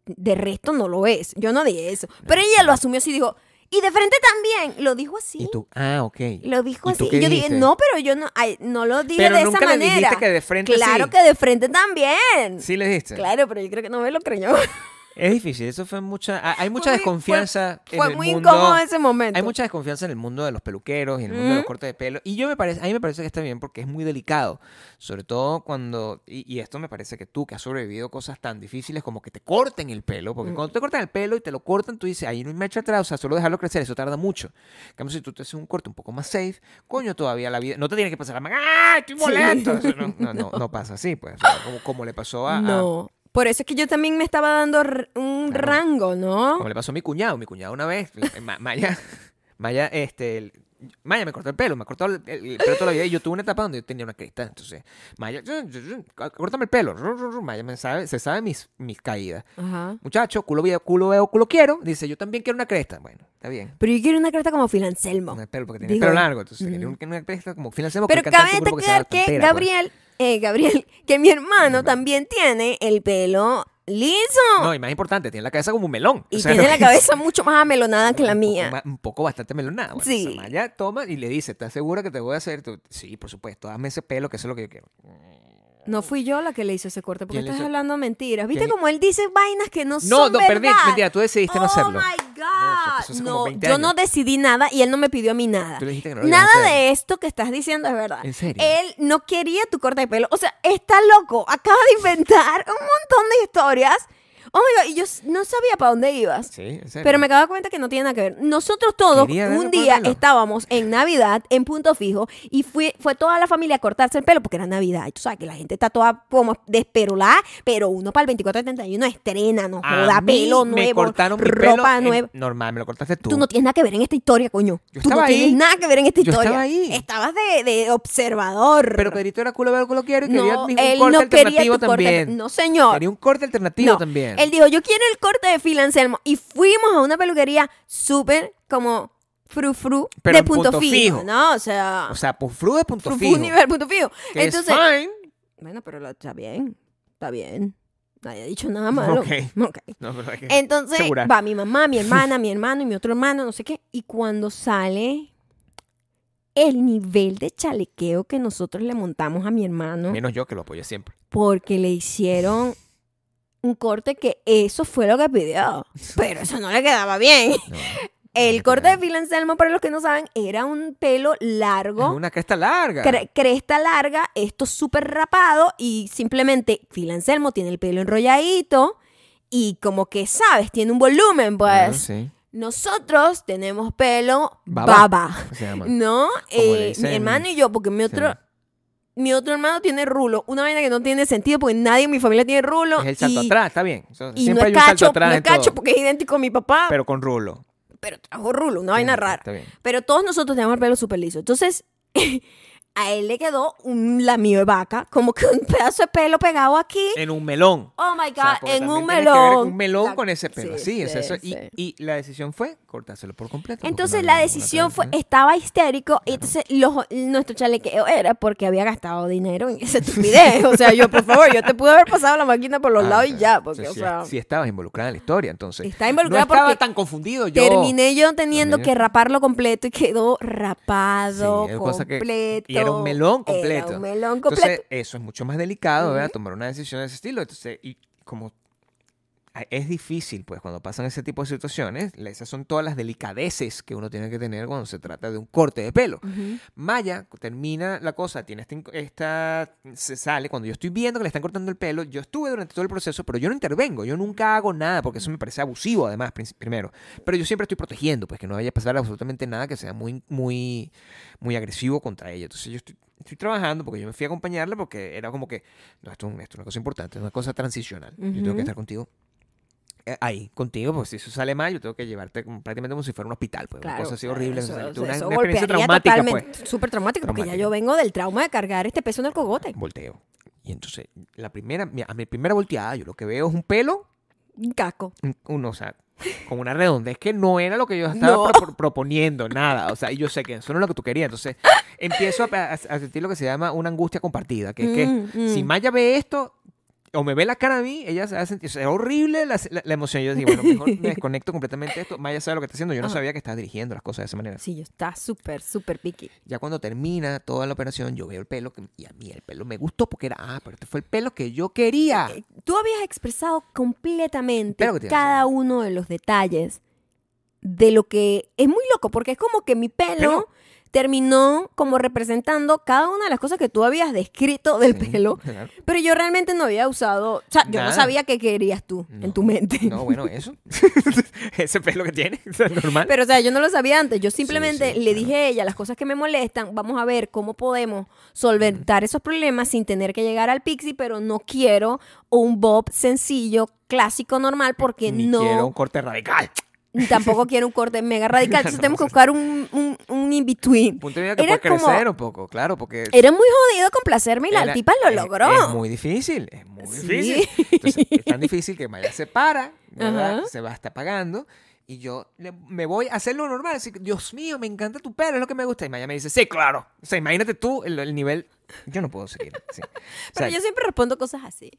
S1: de resto no lo es. Yo no dije eso. Pero ella lo asumió así, dijo, y de frente también. Lo dijo así.
S2: Y tú, ah, ok.
S1: Lo dijo
S2: ¿Y tú
S1: así.
S2: qué
S1: Y yo dije,
S2: dijiste?
S1: no, pero yo no, ay, no lo dije
S2: Pero
S1: de
S2: nunca
S1: esa
S2: le
S1: manera.
S2: dijiste que de frente
S1: claro
S2: sí.
S1: que de frente también.
S2: Sí le dijiste.
S1: Claro, pero yo creo que no me lo creyó.
S2: Es difícil, eso fue mucha... ha- Hay mucha
S1: Fue muy-
S2: desconfianza
S1: Fue
S2: en el
S1: muy
S2: mundo.
S1: incómodo ese momento.
S2: Hay mucha desconfianza en el mundo de los peluqueros y en el mundo de los
S1: Ujú.
S2: cortes de pelo. Y yo me parece, a mí me parece que está bien porque es muy delicado. Sobre todo cuando, y, y esto me parece que tú que has sobrevivido cosas tan difíciles como que te corten el pelo.
S1: Mm.
S2: Porque cuando te cortan el pelo y te lo cortan, tú dices, ahí no hay marcha atrás, o sea, solo dejarlo crecer, eso tarda mucho. En cambio, si tú te haces un corte un poco más safe, coño, todavía la vida, no te tiene que pasar la mano, ¡ah, estoy
S1: Sí.
S2: molesto! Eso no, no, no, no pasa así, pues. o sea, como, como le pasó a... a-
S1: No. Por eso es que yo también me estaba dando r- un
S2: Claro.
S1: rango, ¿no?
S2: Como le pasó a mi cuñado, mi cuñado una vez, la- Ma- Maya, Maya, este, el- Maya me cortó el pelo, me cortó el, el- el pelo toda la vida y yo tuve una etapa donde yo tenía una cresta, entonces, Maya, "Ru, ru, ru, có- córtame el pelo, ru, ru, ru". Maya me sabe, se sabe mis, mis caídas.
S1: Ajá.
S2: Muchacho, culo veo, culo veo, culo quiero, dice, yo también quiero una cresta, bueno, está bien.
S1: Pero yo quiero una carta como Phil Anselmo.
S2: No, Pero porque tiene el
S1: Oh. Digo-
S2: pelo largo, entonces
S1: Ujú.
S2: quería un- una cresta como financiamos
S1: Pero cabe destacar que
S2: pues.
S1: Gabriel, eh, Gabriel, que mi hermano también tiene el pelo liso.
S2: No, y más importante, tiene la cabeza como un melón.
S1: y
S2: o sea,
S1: tiene la
S2: no-
S1: cabeza mucho más amelonada que la
S2: un poco
S1: mía.
S2: ma- un poco bastante melonada. Bueno,
S1: Sí.
S2: sí. Samaya toma y le dice, ¿estás segura que te voy a hacer? Tú, sí, por supuesto, dame ese pelo, que eso es lo que yo quiero.
S1: No fui yo la que le hizo ese corte, porque
S2: ¿Quién le
S1: estás
S2: hizo?
S1: hablando mentiras. ¿Viste
S2: ¿Quién-
S1: como él dice vainas que no,
S2: No,
S1: son
S2: no,
S1: verdad?
S2: perdí, mentira, tú decidiste no hacerlo.
S1: Oh, my
S2: No, eso
S1: God.
S2: pasó hace como
S1: No,
S2: 20
S1: yo no
S2: años.
S1: decidí nada y él no me pidió a mí nada.
S2: Tú le dijiste que no lo ibas a
S1: nada
S2: hacer.
S1: de esto que estás diciendo es verdad.
S2: ¿En serio?
S1: Él no quería tu corte de pelo. O sea, está loco. Acaba de inventar un montón de historias. Oh, my God. Y yo s- no sabía para dónde ibas.
S2: Sí, en serio.
S1: Pero me acabo de dar cuenta que no tiene nada que ver. Nosotros todos
S2: Quería darle
S1: un
S2: por el
S1: día
S2: pelo.
S1: estábamos en Navidad, en punto fijo, y fue, fue toda la familia a cortarse el pelo porque era Navidad. Y tú sabes que la gente está toda como desperolada, pero uno para el 24 de 31 estrena, no
S2: A
S1: joda,
S2: mí
S1: pelo
S2: me
S1: nuevo,
S2: cortaron mi pelo
S1: ropa
S2: en-
S1: nueva.
S2: Normal, me lo cortaste tú.
S1: Tú no tienes nada que ver en esta historia, coño.
S2: Yo
S1: Tú no
S2: estaba ahí.
S1: tienes nada que ver en esta
S2: Yo
S1: historia.
S2: estaba ahí.
S1: Estabas de, de observador.
S2: Pero Pedrito era culo, veo culo quiero y quería
S1: no,
S2: un
S1: él
S2: corte
S1: no quería
S2: alternativo
S1: tu corte.
S2: también.
S1: No, señor.
S2: Quería un corte alternativo
S1: No,
S2: también.
S1: Él dijo, yo quiero el corte de Phil Anselmo. Y fuimos a una peluquería súper como frufru
S2: Pero
S1: de
S2: en
S1: punto,
S2: punto
S1: fijo,
S2: fijo.
S1: ¿no? O sea,
S2: O sea, por fru de punto
S1: frufru
S2: fijo.
S1: nivel punto fijo.
S2: que es
S1: Entonces,
S2: fine.
S1: bueno, pero lo- está bien, está bien. Nadie ha dicho nada malo.
S2: Ok.
S1: Ok.
S2: No, pero hay que-
S1: Entonces
S2: Segura.
S1: va mi mamá, mi hermana, mi hermano y mi otro hermano, no sé qué. Y cuando sale el nivel de chalequeo que nosotros le montamos a mi hermano,
S2: Menos yo que lo apoyo siempre.
S1: porque le hicieron un corte que eso fue lo que pidió, pero eso no le quedaba bien.
S2: No.
S1: El corte de Phil Anselmo, para los que no saben, era un pelo largo,
S2: Una cresta larga.
S1: cre- cresta larga, esto súper rapado y simplemente Phil Anselmo tiene el pelo enrolladito y como que sabes, tiene un volumen,
S2: Ah,
S1: pues.
S2: sí.
S1: Nosotros tenemos pelo
S2: Baba.
S1: baba.
S2: Se llama.
S1: No,
S2: Como
S1: eh,
S2: le
S1: mi
S2: dicen-
S1: hermano y yo, porque mi otro, mi otro hermano tiene rulo. Una vaina que no tiene sentido porque nadie en mi familia tiene rulo.
S2: Es el salto
S1: y,
S2: atrás, está bien. Eso-
S1: y no
S2: siempre hay
S1: es
S2: un salto
S1: cacho,
S2: atrás
S1: no es
S2: en todo,
S1: cacho porque es idénco a mi papá, pero,
S2: pero con rulo.
S1: trajo rulo, una vaina
S2: Sí,
S1: rara.
S2: Está bien.
S1: Pero todos nosotros tenemos el pelo súper liso. Entonces, a él le quedó un lamido de vaca, como que un pedazo de pelo pegado aquí.
S2: En un melón.
S1: Oh my God,
S2: O sea, porque
S1: en un
S2: también tienes que ver
S1: melón.
S2: Un melón
S1: Exacto.
S2: con ese pelo.
S1: Sí,
S2: Sí, es
S1: sí,
S2: eso. Y,
S1: sí.
S2: y la decisión fue cortárselo por completo. porque
S1: Entonces
S2: no
S1: la
S2: había
S1: decisión fue,
S2: ninguna otra
S1: estaba histérico y entonces los- nuestro chalequeo era porque había gastado dinero en esa estupidez. O sea, yo, por favor, yo te pude haber pasado la máquina por los
S2: Ah,
S1: lados y
S2: claro.
S1: ya, porque,
S2: Entonces,
S1: o
S2: sí-
S1: sea,
S2: sí estabas involucrada en la historia, entonces.
S1: Estaba involucrada
S2: no estaba
S1: porque
S2: tan confundido yo.
S1: terminé yo teniendo
S2: Terminé.
S1: que raparlo completo y quedó
S2: Sí,
S1: rapado
S2: era cosa que-
S1: completo.
S2: y era un melón completo.
S1: Era un melón completo.
S2: Entonces, eso es mucho más delicado, ¿verdad? Tomar una decisión de ese estilo. Entonces, y como a- es difícil, pues, cuando pasan ese tipo de situaciones, la- esas son todas las delicadeces que uno tiene que tener cuando se trata de un corte de pelo.
S1: Ujú.
S2: Maya termina la cosa, tiene esta, inc- esta- se sale, cuando yo estoy viendo que le están cortando el pelo, yo estuve durante todo el proceso, pero yo no intervengo, yo nunca hago nada, porque eso me parece abusivo además, prin- primero. Pero yo siempre estoy protegiendo, pues que no vaya a pasar absolutamente nada que sea muy, muy, muy agresivo contra ella. Entonces yo estoy estoy trabajando porque yo me fui a acompañarla porque era como que, no, esto, es un- esto es una cosa importante, es una cosa transicional. Yo tengo
S1: Ujú.
S2: que estar contigo. eh, Ahí, contigo, porque si eso sale mal, yo tengo que llevarte como- prácticamente como si fuera un hospital, pues,
S1: Claro.
S2: una cosa así horrible,
S1: Eso,
S2: una,
S1: eso-
S2: una-
S1: eso
S2: una
S1: golpearía
S2: experiencia traumática, pues.
S1: totalmente, Súper traumático, porque ya
S2: Traumática.
S1: yo vengo del trauma de cargar este peso en el cogote.
S2: Volteo. Y entonces, la primera, mi- a mi primera volteada, yo lo que veo es un pelo,
S1: Un casco.
S2: un- uno, o sea, con una redondez que no era lo que yo estaba
S1: No.
S2: pro- pro- proponiendo, nada. O sea, y yo sé que eso no es lo que tú querías. Entonces, empiezo a, a- a sentir lo que se llama una angustia compartida, que es que
S1: Mm, mm.
S2: si Maya ve esto o me ve la cara a mí, ella se va a sentir, o sea, es horrible la, la- la emoción. Yo digo, bueno, mejor me desconecto completamente de esto. Maya sabe lo que está haciendo. Yo no
S1: Ajá.
S2: sabía que estaba dirigiendo las cosas de esa manera.
S1: Sí, yo estaba súper, súper piqui.
S2: Ya cuando termina toda la operación, yo veo el pelo que- y a mí el pelo me gustó porque era, ah, pero este fue el pelo que yo quería.
S1: Eh, Tú habías expresado completamente
S2: Pero Ah. que te iba a
S1: cada uno de los detalles de lo que es muy loco, porque es como que mi pelo
S2: Pero-
S1: terminó como representando cada una de las cosas que tú habías descrito del
S2: Sí,
S1: pelo,
S2: claro.
S1: pero yo realmente no había usado, o sea, yo no
S2: Nada.
S1: sabía qué querías tú en
S2: No,
S1: tu mente.
S2: No, bueno, eso. Ese pelo que tiene, o sea, normal.
S1: Pero, o sea, yo no lo sabía antes. Yo simplemente
S2: Ah. sí,
S1: le
S2: claro.
S1: dije a ella las cosas que me molestan. Vamos a ver cómo podemos solventar esos problemas sin tener que llegar al pixie, pero no quiero un bob sencillo, clásico, normal, porque
S2: Ni
S1: no.
S2: quiero un corte radical.
S1: ni Tampoco quiero un corte mega radical. Entonces tenemos que buscar un, un, un in-between.
S2: Punto de vista que
S1: Era
S2: puede
S1: como-
S2: crecer un poco, claro, porque.
S1: Era muy jodido complacerme y la
S2: era-
S1: tipa lo
S2: es-
S1: logró.
S2: Es, muy difícil, es muy
S1: Sí.
S2: difícil. Entonces, es tan difícil que Maya se para, ¿verdad?
S1: Ajá.
S2: se va, está pagando. Y yo le- me voy a hacer lo normal. Así, que, Dios mío, me encanta tu pelo, es lo que me gusta. Y Maya me dice, sí, claro. O sea, imagínate tú el, el nivel. Yo no puedo seguir. sí. O
S1: Pero
S2: sea,
S1: yo siempre respondo cosas así.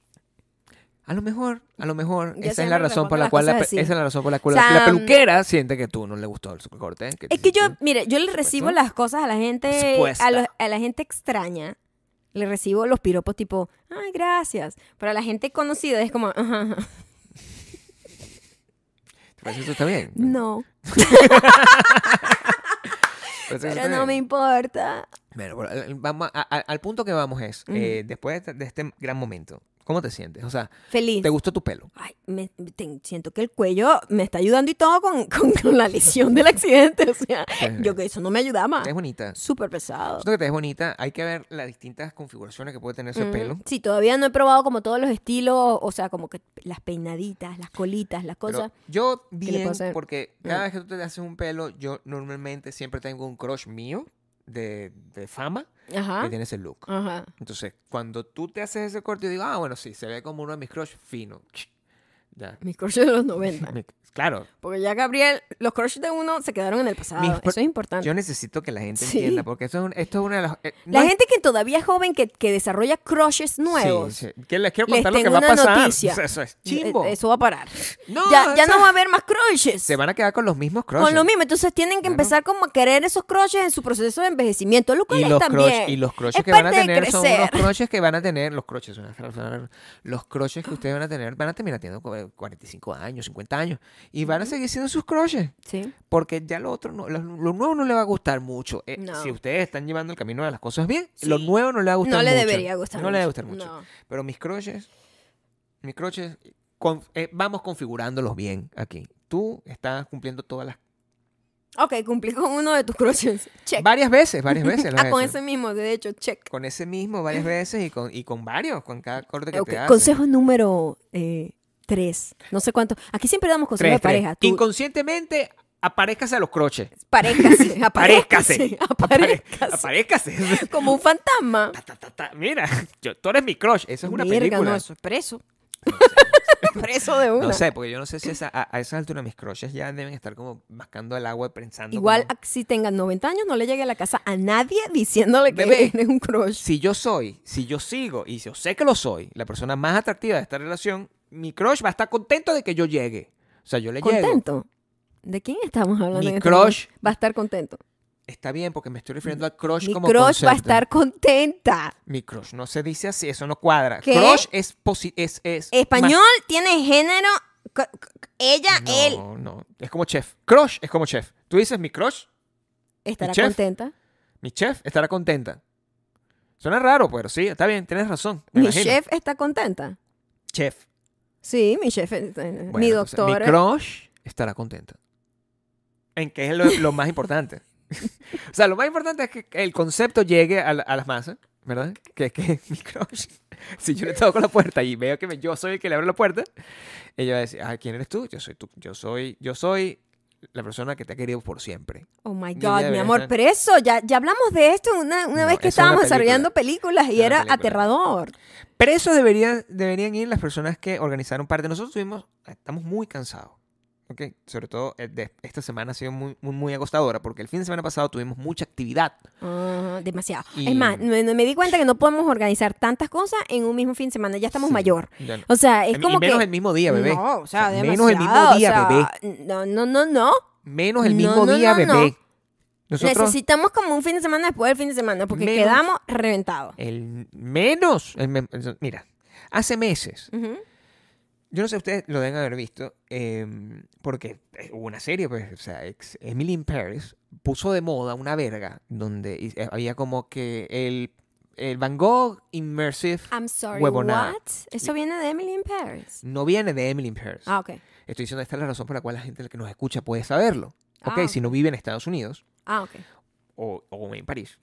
S2: A lo mejor, a lo mejor.
S1: Yo
S2: Esa es,
S1: siempre
S2: la razón
S1: respondo
S2: por la
S1: las
S2: cual la,
S1: cosas
S2: pe-
S1: así.
S2: esa es la razón por la cual
S1: O sea,
S2: la peluquera siente que tú no le gustó el corte.
S1: Es que yo, mire, yo le recibo las cosas a la gente,
S2: Supuesta.
S1: a, los- a la gente extraña. Le recibo los piropos tipo, ay, gracias. Pero a la gente conocida es como, "Ajá, ajá".
S2: ¿Te parece que eso está bien?
S1: no,
S2: ¿Te parece que eso
S1: pero
S2: está
S1: no me
S2: bien?
S1: importa.
S2: Bueno, bueno, al- vamos a- a- al punto que vamos es, eh, después de, de este gran momento, ¿cómo te sientes? O sea,
S1: Feliz.
S2: ¿te gustó tu pelo?
S1: Ay, me, te- siento que el cuello me está ayudando y todo con, con- con la lesión del accidente. O sea, yo que eso no me ayudaba.
S2: ¿Te ves bonita?
S1: Súper pesado.
S2: Siento que te ves bonita. Hay que ver las distintas configuraciones que puede tener ese
S1: Ujú.
S2: pelo.
S1: Sí, todavía no he probado como todos los estilos, o sea, como que las peinaditas, las colitas, las
S2: Pero
S1: cosas.
S2: yo
S1: le puedo
S2: bien,
S1: hacer?
S2: porque cada
S1: Mm.
S2: vez que tú te haces un pelo, yo normalmente siempre tengo un crush mío de, de fama
S1: Ajá.
S2: que tiene ese look.
S1: Ajá.
S2: Entonces, cuando tú te haces ese corte, yo digo, ah, bueno, sí, se ve como uno de mis crush fino. Ya.
S1: Mis crushes de los 90.
S2: Mi- Claro,
S1: Porque ya Gabriel, los crushes de uno se quedaron en el pasado.
S2: Mis cru-
S1: Eso es importante.
S2: yo necesito que la gente
S1: Sí.
S2: entienda, porque esto es, un- esto es una de las... eh, no
S1: La
S2: es-
S1: gente que todavía es joven, que, que desarrolla crushes nuevos.
S2: Sí, sí. Que les quiero
S1: Les
S2: contar lo
S1: tengo
S2: que va a
S1: una
S2: pasar.
S1: noticia.
S2: O sea, eso es chimbo.
S1: eh, Eso va a parar.
S2: No,
S1: ya ya
S2: o sea,
S1: no va a haber más crushes.
S2: Se van a quedar con los mismos crushes.
S1: Con lo mismo. Entonces tienen que
S2: Claro.
S1: empezar como a querer esos crushes en su proceso de envejecimiento. Lo cual
S2: Y
S1: es
S2: los,
S1: también.
S2: crush- y los crushes
S1: Es
S2: que van a
S1: parte de
S2: tener son
S1: crecer.
S2: unos crushes que van a tener. Los crushes, una fra- fra- los crushes que ustedes van a tener van a terminar teniendo cu- eh, 45 años, 50 años. Y van a seguir siendo sus crushes.
S1: Sí.
S2: Porque ya lo otro, no- lo, lo nuevo no le va a gustar mucho. Eh,
S1: No.
S2: Si ustedes están llevando el camino de las cosas bien,
S1: Sí.
S2: lo nuevo no le va a gustar
S1: No le
S2: mucho.
S1: debería gustar
S2: No
S1: mucho.
S2: le va a gustar mucho.
S1: No.
S2: Pero mis crushes, mis crushes, con- eh, vamos configurándolos bien aquí. Tú estás cumpliendo todas las...
S1: Ok, cumplí con uno de tus crushes. Check.
S2: Varias veces, varias veces. lo has
S1: ah, con
S2: hecho.
S1: ese mismo, de hecho, check.
S2: Con ese mismo, varias veces y con, y con varios, con cada corte que
S1: Ok,
S2: te haces.
S1: Consejo número eh, tres. No sé cuánto. Aquí siempre damos consejos
S2: Tres,
S1: de pareja.
S2: tres.
S1: Tú-
S2: Inconscientemente, aparezcase a los croches.
S1: Aparézcase, aparézcase,
S2: Aparézcase.
S1: aparézcase.
S2: Aparezcase.
S1: Como un fantasma.
S2: Ta, ta, ta, ta. Mira, yo- tú eres mi crush. Eso es una
S1: Mierda,
S2: película.
S1: no, eso es preso. preso de una.
S2: No sé, porque yo no sé si esa- a, a esa altura mis crushes ya deben estar como mascando el agua pensando.
S1: Igual
S2: como,
S1: a- si tengan 90 años, no le llegue a la casa a nadie diciéndole que
S2: Bebé.
S1: eres un crush.
S2: si yo soy, si yo sigo y yo sé que lo soy, la persona más atractiva de esta relación, mi crush va a estar contento de que yo llegue. O sea, yo le llego.
S1: ¿Contento? ¿De quién estamos hablando?
S2: Mi
S1: en este
S2: crush.
S1: momento? Va a estar contento.
S2: Está bien, porque me estoy refiriendo al crush
S1: Mi
S2: como
S1: crush va a
S2: concepto.
S1: estar contenta.
S2: Mi crush, no se dice así, eso no cuadra.
S1: ¿Qué?
S2: Crush es posi- es, es
S1: Español tiene género. c- c- Ella,
S2: más-
S1: él.
S2: No, no, es como chef. Crush es como chef. Tú dices mi crush,
S1: Estará
S2: ¿Y chef?
S1: contenta.
S2: mi chef estará contenta. Suena raro, pero sí, está bien, tienes razón. me
S1: Mi
S2: imagino.
S1: chef está contenta.
S2: Chef.
S1: Sí, mi chef, eh, mi
S2: Bueno, entonces,
S1: doctora.
S2: mi crush estará contenta. En que es lo, lo más importante. o sea, lo más importante es que el concepto llegue a, la- a las masas, ¿verdad? Que es que mi crush, si yo le toco la puerta y veo que me- yo soy el que le abre la puerta, ella va a decir, ah, ¿quién eres tú? Yo soy tú, yo soy, yo soy la persona que te ha querido por siempre.
S1: Oh my
S2: Niña
S1: God,
S2: de
S1: mi amor,
S2: Belén.
S1: pero eso, ya, ya hablamos de esto una, una
S2: ¿eh? No,
S1: vez que
S2: eso es una
S1: estábamos
S2: película.
S1: desarrollando películas y
S2: Una
S1: era
S2: película.
S1: aterrador.
S2: Pero eso deberían, deberían ir las personas que organizaron parte. Nosotros tuvimos, ah, estamos muy cansados. ¿ok? Sobre todo eh, de- esta semana ha sido muy, muy, muy agostadora porque el fin de semana pasado tuvimos mucha actividad.
S1: Ah, demasiado.
S2: Y-
S1: Es más, me, me di cuenta que no podemos organizar tantas cosas en un mismo fin de semana, ya estamos
S2: Sí,
S1: mayor.
S2: ya no.
S1: O sea, es
S2: Y
S1: como
S2: menos
S1: que...
S2: el mismo día, bebé.
S1: No, o sea,
S2: O sea, menos el mismo
S1: demasiado, o
S2: día,
S1: sea,
S2: bebé.
S1: No, no, no, no.
S2: Menos el
S1: No,
S2: mismo
S1: no,
S2: día,
S1: no, no.
S2: bebé. Nosotros
S1: Necesitamos como un fin de semana después del fin de semana porque
S2: Menos. Eh,
S1: quedamos reventados.
S2: el menos, el me- el- mira, hace meses,
S1: Ujú.
S2: yo no sé ustedes lo deben haber visto, eh, porque eh, hubo una serie, pues, o sea, ex- Emily in Paris puso de moda una verga donde y- eh, había como que el, el Van Gogh Immersive
S1: I'm sorry,
S2: Huevonada.
S1: what? Eso viene de Emily in Paris.
S2: no viene de Emily in Paris.
S1: Ah, ok.
S2: Estoy diciendo esta es la razón por la cual la gente que nos escucha puede saberlo. Ok,
S1: Ah,
S2: si no vive en Estados Unidos.
S1: Ah, ok.
S2: o, o en París.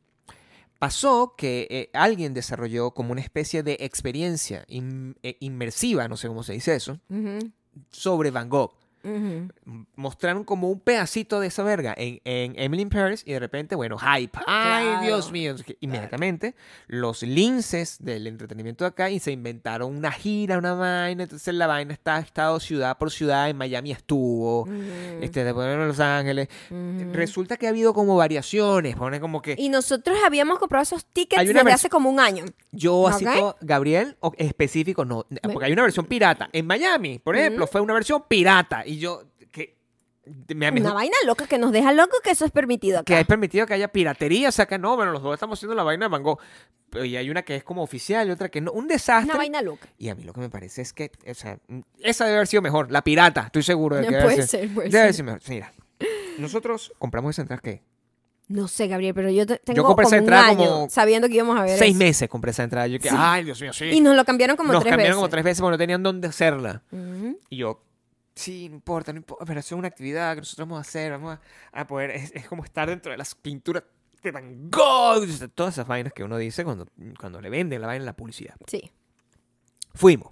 S2: Pasó que eh, alguien desarrolló como una especie de experiencia in- eh, inmersiva, no sé cómo se dice eso,
S1: Ujú,
S2: sobre Van Gogh.
S1: ujú.
S2: M- Mostraron como un pedacito de esa verga en, en Emily in Paris y de repente, bueno, hype.
S1: Claro.
S2: ¡Ay, Dios mío! no sé qué. Inmediatamente, los linces del entretenimiento de acá y se inventaron una gira, una vaina. Entonces, la vaina está ha estado ciudad por ciudad. En Miami estuvo,
S1: Ujú,
S2: este, después en Los Ángeles.
S1: ujú.
S2: Resulta que ha habido como variaciones. Pone como que.
S1: Mm. Y nosotros habíamos comprado esos tickets
S2: Hay una
S1: desde
S2: vers-
S1: hace como un año.
S2: Yo así
S1: Ok.
S2: todo, Gabriel, o- específico, no, porque hay una versión pirata. En Miami, por ejemplo, fue una versión pirata. Y yo, que me, me-
S1: Una vaina loca que nos deja locos que eso es permitido
S2: Eh, que
S1: acá.
S2: hay permitido que haya piratería, o sea que no, bueno, los dos estamos haciendo la vaina de Mango. Y hay una que es como oficial y otra que no. Un desastre.
S1: Una vaina loca.
S2: Y a mí lo que me parece es que, o sea, mm, esa debe haber sido mejor, la pirata, estoy seguro de que debe
S1: Puede
S2: haber
S1: ser, puede
S2: Debe haber
S1: ser.
S2: sido mejor. Mira, nosotros compramos esa entrada, ¿qué?
S1: No sé, Gabriel, pero yo te- tengo
S2: compré
S1: como
S2: esa
S1: un
S2: entrada
S1: año
S2: como
S1: sabiendo que íbamos a ver
S2: Seis
S1: eso.
S2: meses compré esa entrada. Yo que, ay, Dios mío, sí.
S1: Y nos lo cambiaron como
S2: Nos
S1: tres
S2: cambiaron como
S1: veces.
S2: tres veces porque no tenían dónde hacerla.
S1: Ujú.
S2: Y yo, sí, no importa, no importa, pero eso es una actividad que nosotros vamos a hacer, vamos a, a poder, es, es como estar dentro de las pinturas de Van Gogh, de todas esas vainas que uno dice cuando, cuando le venden la vaina en la publicidad.
S1: Sí.
S2: Fuimos.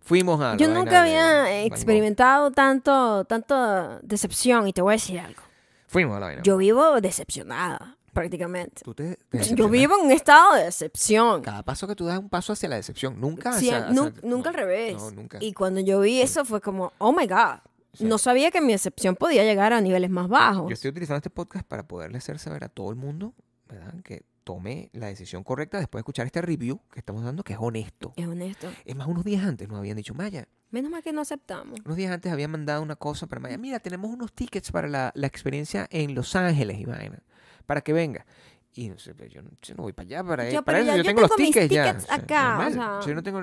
S2: Fuimos a... la
S1: Yo
S2: vaina
S1: nunca
S2: de Van
S1: había
S2: Gogh.
S1: experimentado tanto, tanto decepción y te voy a decir algo.
S2: Fuimos a la vaina.
S1: Yo vivo decepcionada, prácticamente.
S2: Tú te- te
S1: Yo
S2: decepcionas.
S1: vivo en un estado de decepción.
S2: Cada paso que tú das es un paso hacia la decepción, nunca
S1: Sí,
S2: hacia...
S1: nu-
S2: hacia-
S1: nunca al
S2: no,
S1: revés.
S2: No, nunca.
S1: Y cuando yo vi eso fue como, oh my God. No sabía que mi decepción podía llegar a niveles más bajos.
S2: Yo estoy utilizando este podcast para poderle hacer saber a todo el mundo, ¿verdad? Que tome la decisión correcta después de escuchar este review que estamos dando, que es honesto.
S1: Es honesto.
S2: Es más, unos días antes nos habían dicho, Maya,
S1: Menos mal que no aceptamos.
S2: unos días antes habían mandado una cosa para Maya, mira, tenemos unos tickets para la, la experiencia en Los Ángeles, y vaina, para que venga. Y no sé, pero yo, no- yo no voy para allá, para,
S1: Ya, pero
S2: para eso,
S1: ya
S2: yo
S1: yo
S2: tengo los
S1: tengo mis
S2: tickets, ya.
S1: tickets acá,
S2: normal.
S1: o sea.
S2: Yo no tengo,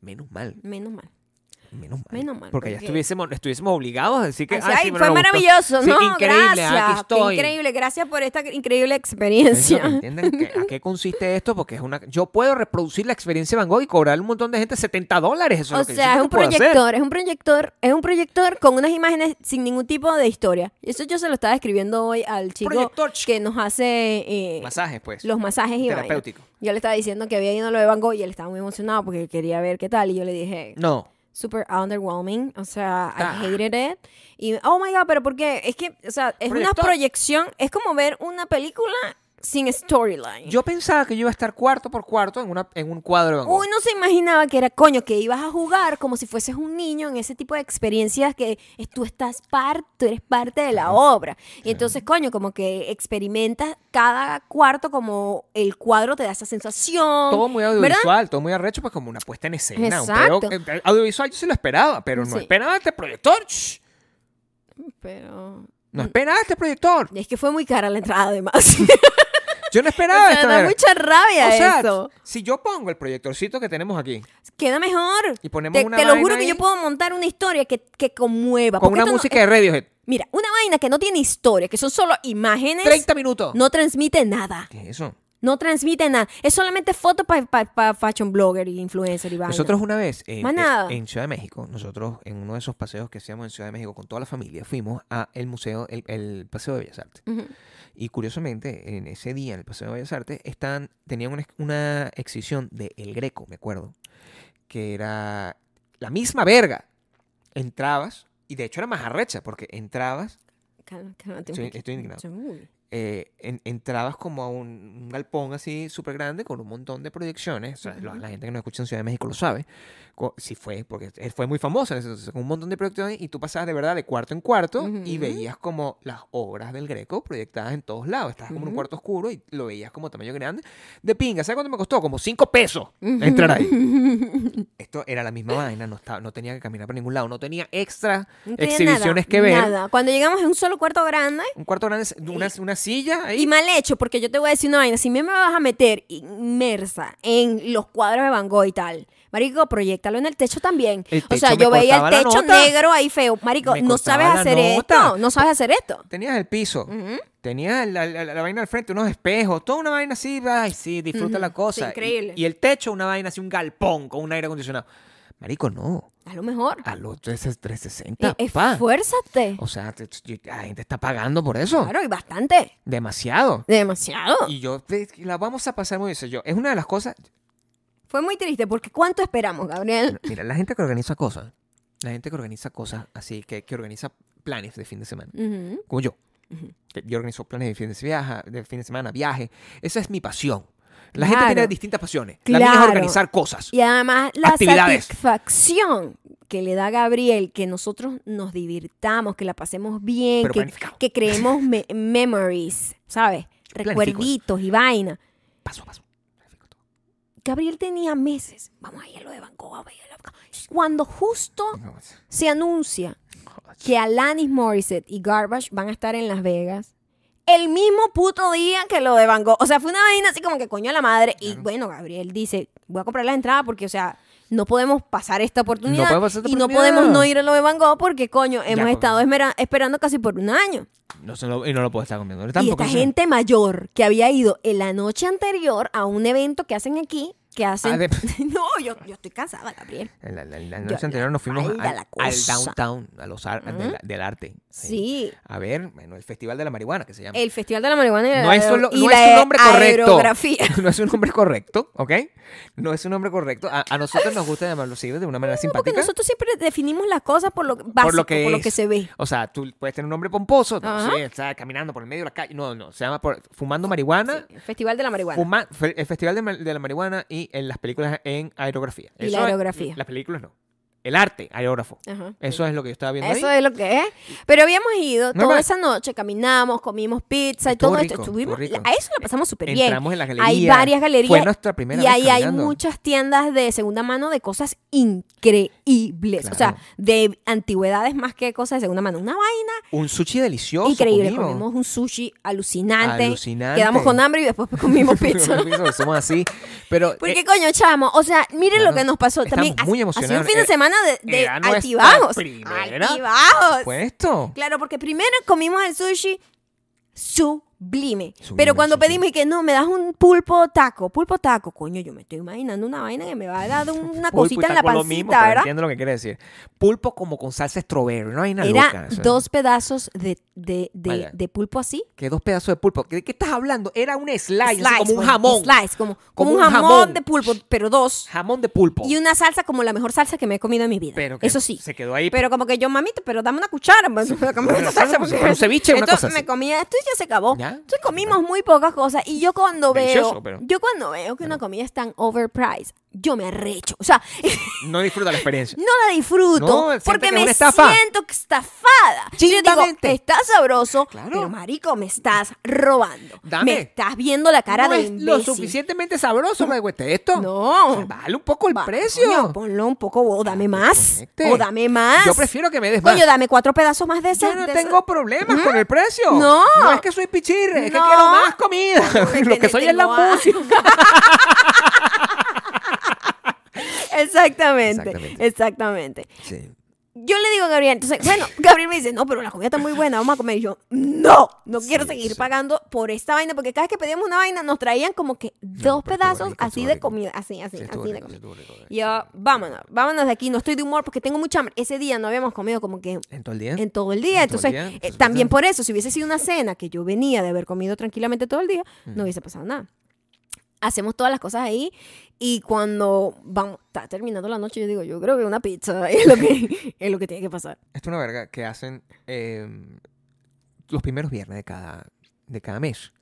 S2: menos mal,
S1: Menos mal.
S2: menos mal.
S1: Menos mal,
S2: Porque ya
S1: porque-
S2: estuviésemos, estuviésemos obligados a decir que...
S1: Así,
S2: "Ah, sí,
S1: ay,
S2: bueno,
S1: fue
S2: nos gustó".
S1: maravilloso,
S2: Sí,
S1: ¿no?
S2: increíble, aquí
S1: gracias. qué
S2: estoy.
S1: increíble. Gracias por esta increíble
S2: Es lo que
S1: experiencia.
S2: entiendan que- a qué consiste esto, porque es una... Yo puedo reproducir la experiencia de Van Gogh y cobrar un montón de gente 70 dólares. Eso
S1: O
S2: es lo que yo
S1: sea, es
S2: siento
S1: un
S2: que puedo hacer.
S1: proyector, es un proyector, es un proyector con unas imágenes sin ningún tipo de historia. Y eso yo se lo estaba escribiendo hoy al chico
S2: Proyector, ch-
S1: que nos hace eh,
S2: Masajes, pues.
S1: los masajes y vaina.
S2: Terapéutico.
S1: Yo le estaba diciendo que había ido a lo de Van Gogh y él estaba muy emocionado porque quería ver qué tal. Y yo le dije,
S2: No.
S1: super underwhelming, o sea,
S2: Ah.
S1: I hated it. Y, oh my God, pero ¿por qué? Es que, o sea, es una
S2: Proyector.
S1: proyección, es como ver una película sin storyline.
S2: Yo pensaba que yo iba a estar cuarto por cuarto en, una, en un cuadro de Van Gogh.
S1: Uno se imaginaba que era, coño, que ibas a jugar como si fueses un niño en ese tipo de experiencias que es- tú estás parte, tú eres parte de la obra. Y entonces, coño, como que experimentas cada cuarto como el cuadro te da esa sensación.
S2: Todo muy
S1: ¿verdad?
S2: audiovisual, todo muy arrecho, pues como una puesta en escena. un
S1: Exacto.
S2: pedo- eh, eh, audiovisual yo sí lo esperaba, pero no
S1: Sí.
S2: esperaba este proyector. ch.
S1: Pero
S2: No esperaba este proyector.
S1: es que fue muy cara la entrada además.
S2: Yo no
S1: O
S2: esperaba
S1: sea,
S2: esta
S1: da
S2: verga.
S1: mucha rabia
S2: O sea,
S1: eso.
S2: si yo pongo el proyectorcito que tenemos aquí
S1: Queda mejor.
S2: y ponemos
S1: Te,
S2: una
S1: te lo
S2: vaina
S1: juro que
S2: ahí
S1: yo puedo montar una historia que, que conmueva.
S2: con
S1: porque
S2: una
S1: esto no-
S2: música de Radiohead,
S1: mira, una vaina que no tiene historia, que son solo imágenes,
S2: 30 minutos.
S1: no transmite nada.
S2: ¿Qué es eso?
S1: No transmite nada. Es solamente foto para fashion blogger y influencer y vaina.
S2: Nosotros una vez en,
S1: Más nada.
S2: en Ciudad de México, nosotros en uno de esos paseos que hacíamos en Ciudad de México con toda la familia, fuimos a el museo, el, el Paseo de Bellas Artes.
S1: Ujú.
S2: Y curiosamente, en ese día en el Paseo de Bellas Artes estaban, tenían una, ex- una exhibición de El Greco, me acuerdo, que era la misma verga. Entrabas, y de hecho era más arrecha, porque entrabas,
S1: Calma- cálmate un
S2: Estoy-
S1: poquito.
S2: estoy indignado.
S1: Soy muy-
S2: eh, en- entrabas como a un, un galpón así súper grande con un montón de proyecciones. O sea, lo-
S1: Ujú.
S2: la gente que nos escucha en Ciudad de México lo sabe. Co- Sí fue, porque es- fue muy famosa en ese entonces, con un montón de proyecciones y tú pasabas de verdad de cuarto en cuarto y
S1: Ujú.
S2: veías como las obras del Greco proyectadas en todos lados. Estabas como en un
S1: Ujú.
S2: cuarto oscuro y lo veías como tamaño grande. De pinga, ¿sabes cuánto me costó? Como cinco pesos entrar ahí. Esto era la misma vaina, no, estaba, no tenía que caminar por ningún lado, no tenía extra
S1: No tenía
S2: exhibiciones
S1: nada,
S2: que ver.
S1: Nada. Cuando llegamos en un solo cuarto grande
S2: Un cuarto grande, una, una silla ahí.
S1: y mal hecho, porque yo te voy a decir una vaina. Si me me vas a meter inmersa en los cuadros de Van Gogh y tal, Marico, proyectalo en el techo también.
S2: El
S1: o sea,
S2: techo me
S1: yo veía
S2: cortaba
S1: el
S2: la
S1: techo
S2: nota.
S1: negro ahí feo. Marico,
S2: Me
S1: no
S2: cortaba
S1: sabes
S2: la
S1: hacer
S2: nota.
S1: esto. No sabes hacer esto.
S2: Tenías el piso, tenías la, la- la vaina al frente, unos espejos, toda una vaina así, ay, sí, disfruta la cosa.
S1: sí, increíble.
S2: Y, y el techo, una vaina así, un galpón con un aire acondicionado. Marico, no,
S1: A lo mejor.
S2: a los 360,
S1: Eh,
S2: pa.
S1: Esfuérzate.
S2: O sea, te- te- la gente está pagando por eso.
S1: Claro, y bastante.
S2: Demasiado.
S1: Demasiado.
S2: Oh. Y yo, te- la vamos a pasar muy bien. O sea, yo, es una de las cosas,
S1: Fue muy triste porque ¿cuánto esperamos, Gabriel?
S2: mira, la gente que organiza cosas, la gente que organiza cosas así, que, que organiza planes de fin de semana.
S1: Ujú.
S2: como yo. que Yo organizo planes de fin de, se- viaja- de fin de semana, viaje. Esa es mi pasión. La gente tiene
S1: Claro.
S2: distintas pasiones. La mía es
S1: Claro.
S2: organizar cosas.
S1: Y además la
S2: Actividades.
S1: satisfacción que le da Gabriel, que nosotros nos divirtamos, que la pasemos bien,
S2: Pero
S1: que,
S2: planificado.
S1: que creemos me- memories, ¿sabes?
S2: planifico eso.
S1: Recuerditos y vaina.
S2: Paso a paso. Planifico todo.
S1: Gabriel tenía meses. Vamos a ir a lo de Banco, vamos a ir a lo de Van Gogh. Cuando justo
S2: No, es-
S1: se anuncia
S2: joder.
S1: que Alanis Morissette y Garbage van a estar en Las Vegas el mismo puto día que lo de Van Gogh. O sea, fue una vaina así como que coño a la madre. Y bueno, Gabriel dice, voy a comprar la entrada porque, o sea, no podemos pasar esta oportunidad.
S2: podemos pasar esta
S1: y no
S2: oportunidad.
S1: podemos no ir a lo de Van Gogh porque, coño, hemos
S2: porque-
S1: estado esmera- esperando casi por un año.
S2: No se lo- y no lo puedo estar comiendo.
S1: Y
S2: Tampoco
S1: esta
S2: sé.
S1: gente mayor que había ido en la noche anterior a un evento que hacen aquí, que hacen...
S2: A ver.
S1: no, yo, yo estoy cansada, Gabriel.
S2: Ah, En la, la- la
S1: Yo-
S2: noche anterior nos fuimos al,
S1: falda, la
S2: al
S1: cosa.
S2: downtown, a los ar- de la- del arte.
S1: Sí.
S2: A ver, bueno, el Festival de la Marihuana que se llama.
S1: El Festival de la Marihuana y la-
S2: Em, no es, solo-
S1: y
S2: no
S1: la
S2: es un nombre correcto.
S1: aerografía.
S2: No es un nombre correcto, ¿ok? No es un nombre correcto. A, a nosotros nos gusta llamarlo así de una manera
S1: Porque
S2: simpática.
S1: nosotros siempre definimos las cosas por lo básico, por lo que,
S2: es.
S1: se ve.
S2: O sea, tú puedes tener un nombre pomposo, no
S1: Ajá.
S2: sé, está caminando por el medio de la calle. No, no, se llama por- fumando marihuana.
S1: Sí, el Festival de la marihuana.
S2: fuma- fe- el Festival de, ma- de la Marihuana y en las películas en aerografía.
S1: Y la
S2: es-
S1: aerografía.
S2: Las películas no. El arte aerógrafo.
S1: Ajá.
S2: Eso es lo que yo estaba viendo
S1: Eso
S2: ahí.
S1: es lo que es. Pero habíamos ido
S2: Normal.
S1: toda esa noche, caminamos, comimos pizza y
S2: Estuvo
S1: todo
S2: rico,
S1: esto. Estuvimos,
S2: estuvo rico.
S1: A eso lo pasamos súper bien.
S2: Entramos en las galerías.
S1: Hay varias galerías.
S2: Fue nuestra primera
S1: y
S2: vez
S1: ahí
S2: caminando.
S1: hay muchas tiendas de segunda mano de cosas increíbles. O sea,
S2: Claro.
S1: de antigüedades más que cosas de segunda mano. Una vaina
S2: Un sushi delicioso.
S1: increíble.
S2: comimos.
S1: Comimos un sushi alucinante.
S2: Alucinante.
S1: Quedamos con hambre y después comimos pizza.
S2: Somos así. Pero
S1: Porque
S2: eh,
S1: coño, chamo, o sea, miren
S2: claro,
S1: lo que nos pasó. También
S2: estamos muy
S1: ha- ha sido
S2: emocionados. Eh,
S1: un fin de
S2: Era-
S1: semana de, de
S2: era nuestra
S1: altibajos.
S2: primera.
S1: Altibajos.
S2: eh, fue esto.
S1: Claro, porque primero comimos el sushi sublime.
S2: Sublime,
S1: Pero cuando
S2: sublime.
S1: pedimos y que no, me das un pulpo taco, pulpo taco, coño, yo me estoy imaginando una vaina que me va a dar una
S2: Pulpo y
S1: cosita en la
S2: taco lo
S1: pancita,
S2: mismo, pero
S1: ¿verdad?
S2: Entiendo lo que quiere decir. Pulpo como con salsa strawberry, no hay nada
S1: Era
S2: loca. o sea.
S1: dos pedazos de, de, de-
S2: Vaya.
S1: de pulpo así.
S2: que dos pedazos de pulpo. ¿De qué estás hablando? Era un slice, así
S1: Slice,
S2: como un
S1: bueno,
S2: jamón.
S1: Slice, como, como
S2: Como
S1: un
S2: un
S1: jamón,
S2: jamón.
S1: de pulpo, pero dos.
S2: Jamón de pulpo.
S1: Y una salsa como la mejor salsa que me he comido en mi vida.
S2: Pero que
S1: Eso sí.
S2: Se quedó ahí.
S1: Pero como que yo, mamita, pero dame una cuchara. pues, como
S2: Bueno,
S1: esa salsa,
S2: pues,
S1: porque-
S2: un ceviche, una
S1: Entonces
S2: cosa así.
S1: me comía esto y ya se acabó.
S2: Ya.
S1: Entonces comimos muy pocas cosas. Y yo cuando
S2: Delicioso,
S1: veo.
S2: pero-
S1: Yo cuando veo que una comida es tan overpriced, yo me arrecho. O sea,
S2: No disfruta la experiencia.
S1: no la disfruto.
S2: No, siente que
S1: porque
S2: es
S1: me
S2: una estafa.
S1: siento estafada. Yo digo,
S2: Chintamente.
S1: está sabroso,
S2: Claro.
S1: pero marico, me estás robando.
S2: Dame.
S1: Me estás viendo la cara
S2: no
S1: de
S2: es
S1: imbécil.
S2: lo suficientemente sabroso, me cueste esto.
S1: No.
S2: O sea, Bájale un poco el
S1: Va,
S2: precio.
S1: coño, ponlo un poco, o dame más.
S2: Conecte.
S1: O dame más.
S2: Yo prefiero que me des
S1: Coño,
S2: más.
S1: dame cuatro pedazos más de ese.
S2: Yo no
S1: de ese-
S2: tengo problemas con el precio.
S1: No.
S2: No es que soy pichirre, es que
S1: No.
S2: quiero más comida.
S1: Porque
S2: Lo que soy es la
S1: tengo hambre.
S2: música.
S1: Exactamente,
S2: Exactamente.
S1: exactamente.
S2: Sí.
S1: Yo le digo a Gabriel, entonces, bueno, Gabriel me dice, no, pero la comida está muy buena, vamos a comer. Y yo, no, no quiero
S2: Sí,
S1: seguir
S2: sí.
S1: pagando por esta vaina, porque cada vez que pedíamos una vaina nos traían como que dos
S2: pero estuvo
S1: pedazos
S2: rico,
S1: así
S2: estuvo
S1: de
S2: rico.
S1: comida, así, así,
S2: Sí,
S1: así
S2: estuvo
S1: de
S2: rico, sí,
S1: comida.
S2: estuvo rico,
S1: Y yo, vámonos, vámonos de aquí, no estoy de humor porque tengo mucha hambre. Ese día no habíamos comido como que
S2: ¿En todo el día?
S1: en todo el día.
S2: ¿Eh? En todo el
S1: Entonces, eh,
S2: día, entonces,
S1: también
S2: pues,
S1: por eso, si hubiese sido una cena que yo venía de haber comido tranquilamente todo el día, no hubiese pasado nada. Hacemos todas las cosas ahí y cuando vamos, está terminando la noche, yo digo, yo creo que una pizza es lo que, es lo que tiene que pasar.
S2: Esto es una verga que hacen eh, los primeros viernes de cada, de cada mes.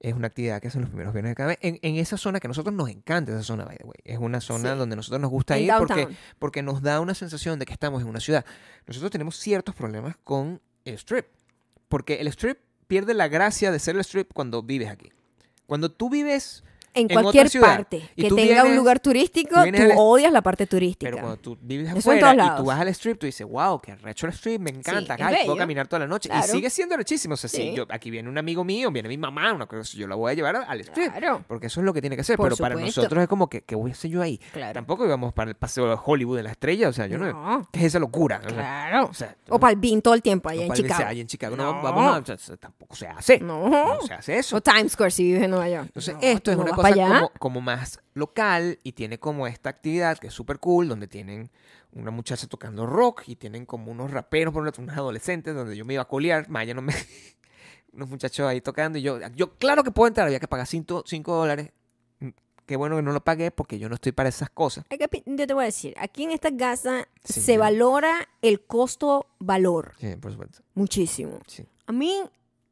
S2: Es una actividad que hacen los primeros viernes de cada mes. En, en esa zona que a nosotros nos encanta, esa zona, by the way. Es una zona
S1: Sí.
S2: donde a nosotros nos gusta
S1: En
S2: ir porque,
S1: downtown.
S2: porque nos da una sensación de que estamos en una ciudad. Nosotros tenemos ciertos problemas con el strip. Porque el strip pierde la gracia de ser el strip cuando vives aquí. Cuando tú vives
S1: En
S2: en
S1: cualquier
S2: otra ciudad.
S1: parte
S2: Y
S1: que
S2: tú
S1: tenga un
S2: vienes-
S1: lugar turístico,
S2: tú
S1: tú
S2: vienes al est-
S1: odias la parte turística.
S2: Pero cuando tú vives
S1: Eso en todos
S2: afuera y
S1: lados.
S2: tú vas al strip, tú dices, wow, qué recho el strip, me encanta,
S1: es
S2: ay, puedo
S1: bello.
S2: caminar toda la noche.
S1: Claro.
S2: Y sigue siendo rechísimo. O sea,
S1: Sí.
S2: si yo, aquí viene un amigo mío, viene mi mamá, una cosa, yo la voy a llevar al strip.
S1: Claro,
S2: Porque eso es lo que tiene que ser.
S1: Por
S2: Pero para
S1: supuesto.
S2: nosotros es como que, ¿qué voy a hacer yo ahí?
S1: claro.
S2: Tampoco íbamos para el paseo de Hollywood en la estrella. O sea, yo no.
S1: No,
S2: ¿Qué es esa locura? O sea,
S1: claro.
S2: O sea,
S1: O Palvin todo el tiempo allá en
S2: para el-
S1: Chicago.
S2: ahí en Chicago.
S1: No.
S2: No, vamos a. o sea, tampoco se hace.
S1: No.
S2: No se hace eso.
S1: O Times Square si vives en Nueva York.
S2: Entonces,
S1: No,
S2: esto es
S1: no
S2: una
S1: vas
S2: cosa
S1: para allá.
S2: como, como más local y tiene como esta actividad que es súper cool, donde tienen una muchacha tocando rock y tienen como unos raperos, por un lado, unos adolescentes, donde yo me iba a colear, Maya no me... unos muchachos ahí tocando y yo, yo claro que puedo entrar, había que pagar 5 dólares. Mm, Qué bueno que no lo pagué porque yo no estoy para esas cosas.
S1: Hay que pi- Yo te voy a decir, aquí en esta casa
S2: Sí,
S1: se
S2: yo-
S1: valora el costo-valor
S2: Sí, por supuesto.
S1: muchísimo.
S2: Sí.
S1: A mí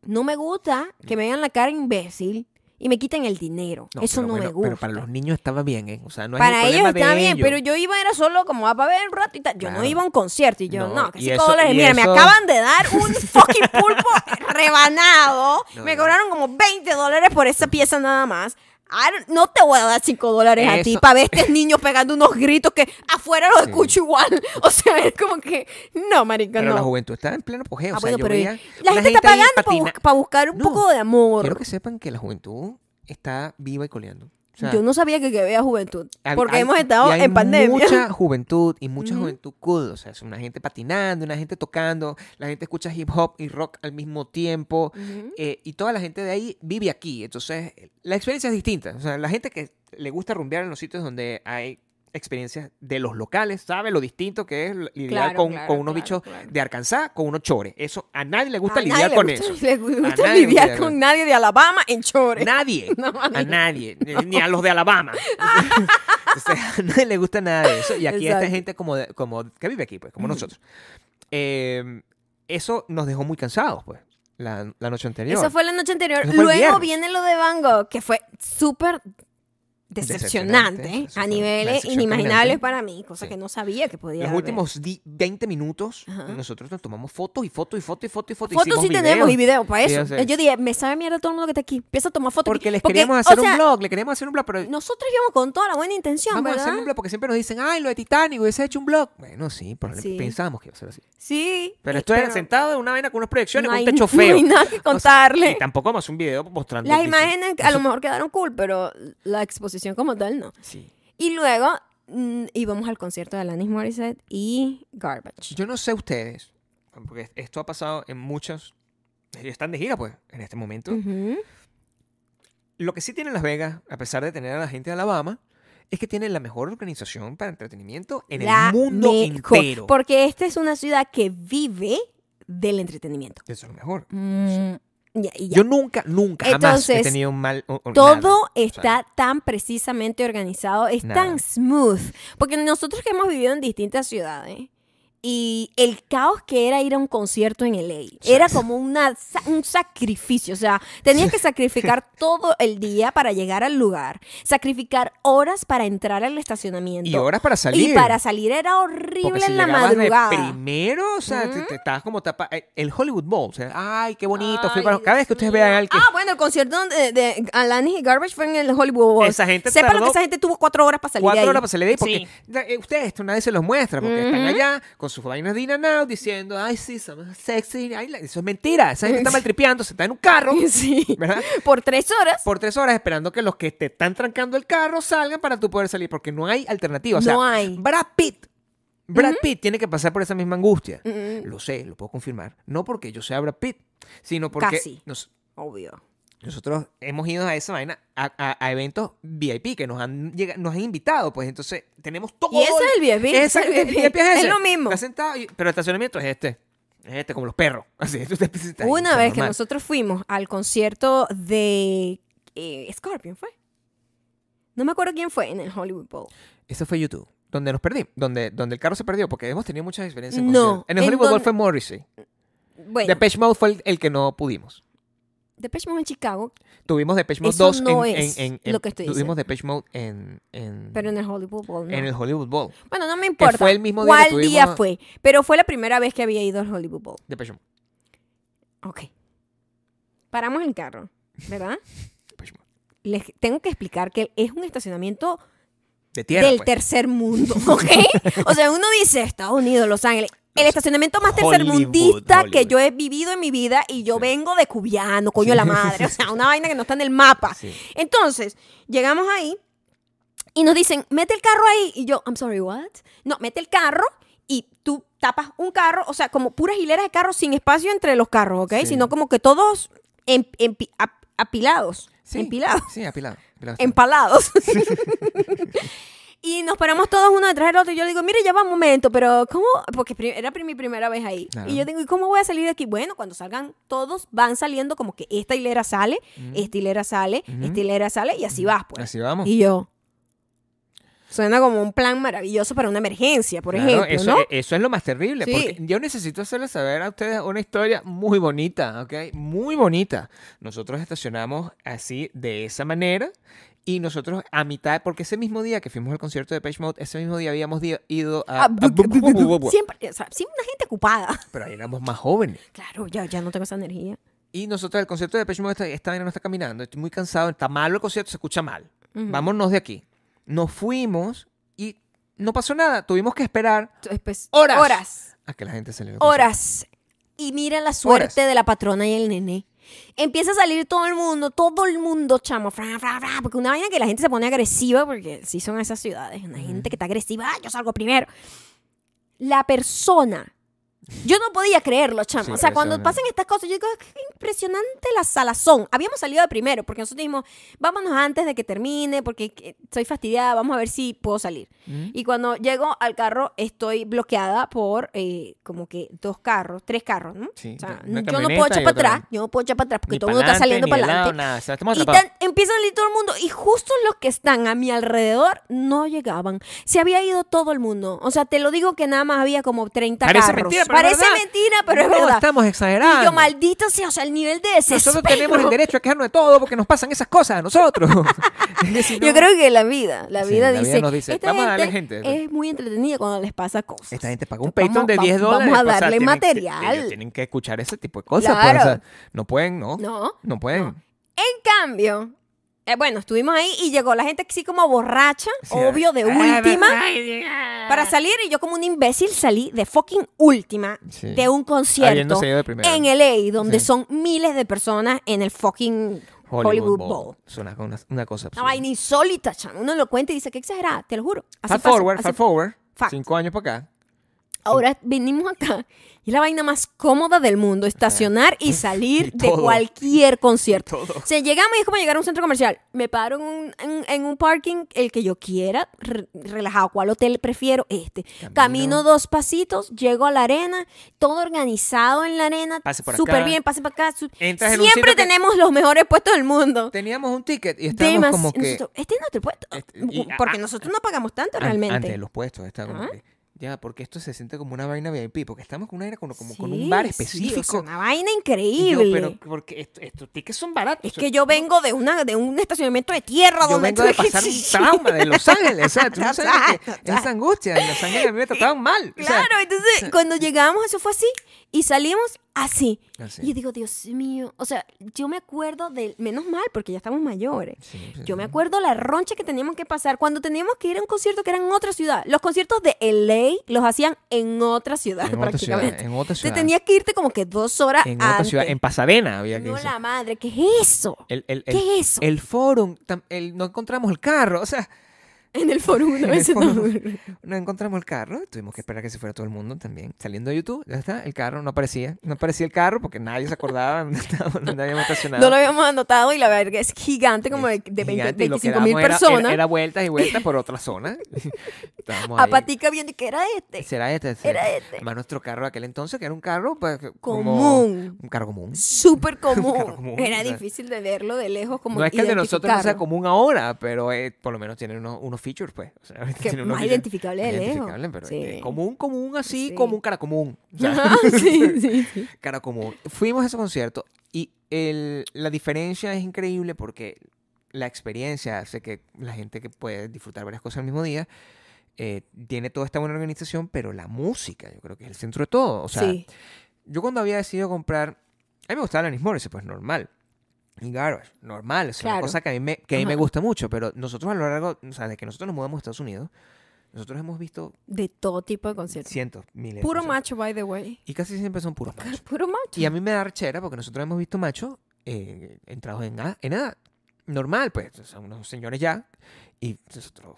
S1: no me gusta que me vean la cara imbécil y me quiten el dinero. Eso
S2: pero
S1: no
S2: bueno,
S1: me gusta.
S2: Pero para los niños estaba bien, ¿eh? O sea, no es
S1: Para
S2: el
S1: ellos
S2: problema de
S1: está bien,
S2: ellos.
S1: pero yo iba era solo como a ver un rato y tal. Yo no
S2: Claro.
S1: iba a un concierto y yo, no,
S2: No,
S1: que
S2: y
S1: 5
S2: eso-
S1: dólares.
S2: y
S1: Mira, me
S2: eso-
S1: acaban de dar un fucking pulpo rebanado.
S2: No,
S1: me
S2: no.
S1: cobraron como 20 dólares por esa pieza nada más. I don't- no te voy a dar 5 dólares a ti
S2: Eso-
S1: para ver estos niños pegando unos gritos que afuera los
S2: Sí.
S1: escucho igual. O sea, es como que, no, marica,
S2: Pero
S1: no.
S2: la juventud está en pleno apogeo.
S1: Ah,
S2: o sea,
S1: bueno,
S2: yo
S1: pero
S2: veía
S1: la
S2: una
S1: gente está
S2: ahí
S1: pagando para
S2: patina-
S1: buscar un
S2: No,
S1: poco de amor.
S2: Quiero que sepan que la juventud está viva y coleando. O sea,
S1: yo no sabía que, que había juventud.
S2: hay-
S1: Porque
S2: hay-
S1: hemos estado
S2: y hay
S1: en pandemia.
S2: Mucha juventud y mucha
S1: Ujú.
S2: juventud cool. O sea, es una gente patinando, una gente tocando, la gente escucha hip hop y rock al mismo tiempo.
S1: Ujú.
S2: eh, y toda la gente de ahí vive aquí. Entonces, la experiencia es distinta. O sea, la gente que le gusta rumbear en los sitios donde hay experiencias de los locales, sabe lo distinto que es lidiar
S1: Claro,
S2: con,
S1: claro,
S2: con unos
S1: claro,
S2: bichos
S1: claro.
S2: de Arkansas, con unos chores. Eso, a nadie le gusta
S1: A nadie
S2: lidiar
S1: le
S2: con
S1: gusta-
S2: eso.
S1: Le gusta
S2: nadie le
S1: lidiar
S2: gusta-
S1: con nadie de Alabama en chores.
S2: Nadie.
S1: No,
S2: a nadie, ni- ni a los de Alabama. o sea, a nadie le gusta nada de eso. Y aquí
S1: Exacto.
S2: esta gente como, de- como que vive aquí, pues, como nosotros. Eh, eso nos dejó muy cansados, pues, la, la noche anterior.
S1: Eso fue la noche anterior.
S2: Eso fue el
S1: Luego
S2: viernes.
S1: viene lo de Van Gogh, que fue súper decepcionante,
S2: Decepcionante, eso
S1: a
S2: fue una
S1: niveles
S2: decepción
S1: inimaginables
S2: caminante.
S1: para mí, cosa
S2: Sí.
S1: que no sabía que podía
S2: Los
S1: haber.
S2: últimos di- 20 minutos,
S1: Ajá.
S2: nosotros nos tomamos fotos y fotos y fotos y fotos y fotos.
S1: Fotos sí tenemos y video para
S2: Sí,
S1: eso.
S2: o sea.
S1: Yo dije, me sabe mierda todo el mundo que está aquí. Empieza a tomar fotos.
S2: Porque
S1: aquí.
S2: les queríamos
S1: o
S2: hacer
S1: sea,
S2: un blog, le queríamos hacer un blog, pero
S1: Nosotros íbamos con toda la buena intención,
S2: vamos a
S1: ¿verdad?
S2: hacer un blog porque siempre nos dicen, ay, lo de Titanic, hubiese hecho un blog. Bueno, sí, probablemente
S1: Sí.
S2: pensábamos que iba a ser así.
S1: Sí.
S2: Pero
S1: eh,
S2: esto era sentado en una vaina con unas proyecciones,
S1: no
S2: con
S1: hay-
S2: un techo
S1: No
S2: feo.
S1: hay nada que
S2: O sea,
S1: contarle.
S2: y tampoco vamos a hacer un video mostrando.
S1: Las
S2: el piso.
S1: imágenes a lo mejor quedaron cool, pero la exposición como tal no.
S2: Sí.
S1: Y luego mm, íbamos al concierto de Alanis Morissette y Garbage.
S2: Yo no sé ustedes, porque esto ha pasado en muchos. Ellos están de gira, pues, en este momento.
S1: Ujú.
S2: Lo que sí tienen Las Vegas, a pesar de tener a la gente de Alabama, es que tienen la mejor organización para entretenimiento en
S1: La
S2: el mundo
S1: mejor,
S2: entero.
S1: Porque esta es una ciudad que vive del entretenimiento.
S2: Eso es lo mejor.
S1: Mm, ya- y ya.
S2: Yo nunca, nunca, jamás he
S1: Entonces,
S2: tenido un mal. o- o
S1: Todo
S2: nada. O sea,
S1: está tan precisamente organizado, es
S2: Nada.
S1: tan smooth. Porque nosotros que hemos vivido en distintas ciudades y el caos que era ir a un concierto en LA
S2: Sí.
S1: era como una, sa- un sacrificio. O sea, tenías que sacrificar todo el día para llegar al lugar, sacrificar horas para entrar al estacionamiento.
S2: y horas para salir.
S1: Y para salir era horrible
S2: Porque si
S1: en la
S2: llegabas de
S1: madrugada. Mm.
S2: primero, o sea, te, te estabas como tapa eh, el Hollywood Bowl, o sea, ay, qué bonito, fui
S1: Ay,
S2: para cada vez que
S1: Dios
S2: ustedes
S1: mío.
S2: vean al que
S1: Ah, bueno, el concierto de, de Alanis y Garbage fue en el Hollywood Bowl.
S2: Esa gente
S1: Sepa lo que
S2: tardó
S1: esa gente tuvo cuatro horas para salir de
S2: cuatro
S1: ahí.
S2: horas para salir de ahí, porque
S1: Sí.
S2: na- eh, ustedes esto nadie se los muestra, porque están allá con sus vainas de In and Out diciendo, ay, sí, somos sexy, ay, la- eso es mentira, esa gente está maltripeando, se está en un carro,
S1: Sí.
S2: ¿verdad?
S1: Por tres horas.
S2: Por tres horas esperando que los que te están trancando el carro salgan para tú poder salir, porque no hay alternativa. O sea,
S1: No hay.
S2: Brad Pitt. Brad Pitt tiene que pasar por esa misma angustia.
S1: Mm, mm,
S2: Lo sé, lo puedo confirmar. No porque yo sea Brad Pitt, sino porque
S1: Casi.
S2: nos-
S1: obvio.
S2: nosotros hemos ido a esa vaina, a, a- a eventos VIP que nos han, llega- nos han invitado. Pues entonces tenemos todo.
S1: Y ese es el VIP,
S2: Esa-
S1: ese es el
S2: el VIP es
S1: Es
S2: ese.
S1: lo mismo.
S2: Estás sentado y- pero el estacionamiento es este. Es este, como los perros. Así, tú te sientas ahí,
S1: Una
S2: está
S1: vez que
S2: normal.
S1: nosotros fuimos al concierto de eh, Scorpion, ¿fue? No me acuerdo quién fue en el Hollywood Bowl.
S2: Eso fue YouTube. Donde nos perdí, donde, donde el carro se perdió, porque hemos tenido muchas experiencias. en
S1: No,
S2: conciertos. En el
S1: en
S2: Hollywood Bowl
S1: donde-
S2: fue Morrissey.
S1: Bueno,
S2: Depeche Mode fue el, el que no pudimos.
S1: Depeche Mode en Chicago,
S2: Tuvimos Depeche Mode
S1: Eso
S2: 2
S1: no
S2: en, en-
S1: es
S2: en- en-
S1: lo que estoy
S2: Tuvimos Depeche Mode en, en,
S1: pero en el Hollywood Bowl no.
S2: en el Hollywood Bowl.
S1: Bueno, no me importa.
S2: fue el mismo día que
S1: ¿Cuál día
S2: tuvimos-
S1: fue? Pero fue la primera vez que había ido al Hollywood Bowl.
S2: Depeche Mode.
S1: Ok. Paramos el carro, ¿verdad?
S2: Depeche Mode.
S1: Les tengo que explicar que es un estacionamiento
S2: De tierra.
S1: del
S2: pues.
S1: tercer mundo, ¿ok? o sea, uno dice Estados Unidos, Los Ángeles. El estacionamiento más
S2: Hollywood,
S1: tercermundista que
S2: Hollywood.
S1: yo he vivido en mi vida y yo
S2: Sí.
S1: vengo de Cubiano, coño la madre. O sea, una vaina que no está en el mapa.
S2: Sí.
S1: Entonces, llegamos ahí y nos dicen, mete el carro ahí. Y yo, I'm sorry, what? No, mete el carro y tú tapas un carro, o sea, como puras hileras de carros sin espacio entre los carros, ¿ok?
S2: Sí.
S1: Sino como que todos em- empi- ap- apilados.
S2: Sí,
S1: Empilados
S2: Sí, apilado. apilado está.
S1: empalados. y nos paramos todos uno detrás del otro. Y yo le digo, mire, ya va un momento, pero ¿cómo? Porque pri- era pri- mi primera vez ahí.
S2: Claro.
S1: Y yo digo, ¿y cómo voy a salir de aquí? Bueno, cuando salgan todos, van saliendo como que esta hilera sale, esta hilera sale,
S2: Ujú.
S1: esta hilera sale, y así vas, pues.
S2: Así vamos.
S1: Y yo. Suena como un plan maravilloso para una emergencia, por
S2: Claro,
S1: ejemplo,
S2: eso,
S1: ¿no?
S2: e- eso es lo más terrible,
S1: Sí.
S2: porque yo necesito hacerles saber a ustedes una historia muy bonita, ¿ok? Muy bonita. Nosotros estacionamos así, de esa manera, y nosotros a mitad, porque ese mismo día que fuimos al concierto de Page Mode, ese mismo día habíamos di- ido
S1: Ah,
S2: a... a-
S1: bu- bu-
S2: bu- bu-
S1: bu-
S2: bu- bu-
S1: bu-
S2: bu-
S1: Siempre, o sea, siempre una gente ocupada.
S2: Pero ahí éramos más jóvenes.
S1: Claro, ya, ya no tengo esa energía.
S2: Y nosotros el concierto de Depeche Mode, esta, esta vaina no está caminando, estoy muy cansado, está malo el concierto, se escucha mal.
S1: Ujú.
S2: Vámonos de aquí. Nos fuimos y no pasó nada, tuvimos que esperar
S1: Entonces, pues,
S2: Horas.
S1: Horas.
S2: a que la gente saliera. del concierto.
S1: horas y mira la suerte de la patrona y el nené. Empieza a salir todo el mundo, todo el mundo, chamo, fra, fra, fra, porque una vaina que la gente se pone agresiva, porque sí son esas ciudades, una gente que está agresiva, "Ah, yo salgo primero. La persona, yo no podía creerlo, chamo.
S2: Sí,
S1: o sea, cuando
S2: impresionante.
S1: pasan estas cosas, yo digo, "Qué impresionante la salazón. Habíamos salido de primero, porque nosotros dijimos, vámonos antes de que termine, porque eh, soy fastidiada, vamos a ver si puedo salir.
S2: ¿Mm?
S1: Y cuando llego al carro, estoy bloqueada por eh, como que dos carros, tres carros, ¿no?
S2: Sí,
S1: O sea,
S2: una
S1: yo no puedo
S2: camioneta
S1: echar
S2: y
S1: para
S2: otra-
S1: atrás, yo no puedo echar para atrás porque
S2: Ni
S1: todo el mundo está
S2: pa'lante,
S1: saliendo
S2: ni
S1: para
S2: de lado,
S1: adelante.
S2: nada, o sea, estamos
S1: Y
S2: atrapados.
S1: tan- empieza a salir todo el mundo y justo los que están a mi alrededor no llegaban. Se había ido todo el mundo. O sea, te lo digo que nada más había como 30
S2: Parece
S1: carros.
S2: mentira, pero es
S1: Parece
S2: verdad.
S1: mentira, pero es
S2: No,
S1: verdad.
S2: estamos
S1: Y
S2: exagerando.
S1: yo, maldito sea, o sea, el nivel de desespero.
S2: nosotros tenemos el derecho a quejarnos de todo porque nos pasan esas cosas a nosotros. Es que si no-
S1: Yo creo que la vida, la
S2: Sí,
S1: vida
S2: la vida
S1: dice,
S2: nos dice,
S1: "Esta
S2: vamos a darle gente".
S1: es muy entretenida cuando les pasa cosas.
S2: Esta gente paga un
S1: Entonces,
S2: Patreon de
S1: vamos-
S2: 10
S1: vamos-
S2: dólares.
S1: Vamos
S2: o
S1: a
S2: sea,
S1: darle
S2: tienen que-
S1: material.
S2: ellos tienen que escuchar ese tipo de cosas. pues,
S1: Claro.
S2: o sea, no pueden, no. No,
S1: No.
S2: pueden.
S1: En cambio, eh, bueno, estuvimos ahí y llegó la gente así como borracha,
S2: Sí,
S1: obvio, de
S2: eh,
S1: última.
S2: ay, ah.
S1: Para salir, y yo como un imbécil salí de fucking última
S2: Sí.
S1: de un concierto
S2: Habiéndose ido de primera.
S1: en LA, donde
S2: Sí.
S1: son miles de personas en el fucking Hollywood, Bowl.
S2: Suena con una, una cosa
S1: Una
S2: absurda.
S1: vaina insólita, chamo. Uno lo cuenta y dice que exagerada, te lo juro. Así
S2: Fast
S1: pasa,
S2: forward,
S1: así
S2: fast forward.
S1: Fact.
S2: Cinco años para acá.
S1: Ahora venimos acá y es la vaina más cómoda del mundo, estacionar y salir de
S2: Ah. Todo.
S1: cualquier concierto.
S2: Todo.
S1: O sea, llegamos y es como llegar a un centro comercial. Me paro en un, en- en un parking, el que yo quiera, re- relajado. ¿Cuál hotel prefiero? Este. Camino.
S2: Camino.
S1: dos pasitos, llego a la arena, todo organizado en la arena.
S2: Pase por
S1: Súper
S2: acá.
S1: bien, pase para acá. su-
S2: Entras en un
S1: Siempre
S2: sitio que-
S1: tenemos los mejores puestos del mundo.
S2: Teníamos un ticket y estábamos
S1: Demasi-
S2: como que...
S1: nosotros, este es nuestro puesto.
S2: Este- y-
S1: Porque
S2: ah,
S1: nosotros no pagamos tanto
S2: An-
S1: realmente.
S2: Antes de los puestos, está como
S1: Ah.
S2: que, ya, porque esto se siente como una vaina VIP, porque estamos con una vaina como, como con
S1: Sí,
S2: un bar
S1: sí, o sea,
S2: específico.
S1: una vaina
S2: Y yo,
S1: increíble.
S2: pero porque esto- estos tickets son baratos.
S1: Es que yo vengo de, una, de un estacionamiento de tierra
S2: yo
S1: donde
S2: vengo de
S1: tú-
S2: pasar un trauma de Los Ángeles, o sea, tú no sabes lo que-
S1: Exacto.
S2: esa angustia, en Los Ángeles a mí me trataban mal. o sea,
S1: Claro, entonces cuando llegamos eso fue así y salimos así.
S2: Así.
S1: Y yo digo, Dios mío, o sea, yo me acuerdo del, menos mal porque ya estamos mayores.
S2: sí, sí,
S1: Yo me
S2: sí.
S1: acuerdo la roncha que teníamos que pasar cuando teníamos que ir a un concierto que era en otra ciudad. Los conciertos de LA los hacían en otra ciudad
S2: En otra ciudad,
S1: prácticamente.
S2: en otra
S1: Te
S2: ciudad.
S1: tenías que irte como que dos horas
S2: en otra
S1: antes.
S2: ciudad, en Pasadena había que
S1: No
S2: irse.
S1: la madre, ¿qué es eso?
S2: El, el,
S1: ¿Qué
S2: el-
S1: es eso?
S2: El forum, tam- el- no encontramos el carro, o sea,
S1: En el foro una
S2: En el
S1: vez se
S2: foro.
S1: nos-
S2: No encontramos el carro, tuvimos que esperar que se fuera todo el mundo también. Saliendo de YouTube, ya está, el carro no aparecía. No aparecía el carro porque nadie se acordaba dónde, estábamos, dónde habíamos estacionado.
S1: No lo habíamos anotado y la verga es gigante, como de, de 20
S2: Gigante, y lo que
S1: 25 mil
S2: dábamos era-
S1: personas.
S2: Era, era vueltas y vueltas por otra zona. Estábamos
S1: a
S2: ahí.
S1: Patica viendo que era este.
S2: Será este.
S1: Era este.
S2: Además, nuestro carro de aquel entonces, que era un carro pues, que- como-
S1: Común.
S2: un carro común.
S1: Súper común.
S2: Claro, común,
S1: Era
S2: o sea.
S1: difícil de verlo de lejos como
S2: no es que el de nosotros no sea
S1: identificarlo.
S2: común ahora, pero eh, por lo menos tiene unos, unos features, pues. O sea, ahorita
S1: Que
S2: tiene unos
S1: más
S2: features
S1: identificable de
S2: más
S1: lejos.
S2: identificables, pero, eh,
S1: Sí.
S2: común, común, así,
S1: Sí.
S2: como un cara común. O sea,
S1: Ajá, sí, sí, sí.
S2: cara común. Fuimos a ese concierto y el- la diferencia es increíble porque la experiencia hace que la gente que puede disfrutar varias cosas al mismo día eh, tiene toda esta buena organización, pero la música yo creo que es el centro de todo. O sea,
S1: Sí.
S2: yo cuando había decidido comprar, a mí me gustaba Alanis Morissette, pues normal. Y Garbage, normal. Es una
S1: Claro.
S2: cosa que a mí me, que a mí me
S1: Ajá.
S2: gusta mucho, pero nosotros a lo largo, o sea, desde que nosotros nos mudamos a Estados Unidos, nosotros hemos visto
S1: De todo tipo de conciertos.
S2: cientos, miles. de
S1: Puro
S2: cosas.
S1: macho, by the way.
S2: Y casi siempre son puros machos.
S1: Puro macho.
S2: Y a mí me da rechera porque nosotros hemos visto machos eh, entrados en, a- en edad. Normal, pues. o sea, unos señores ya. Y nosotros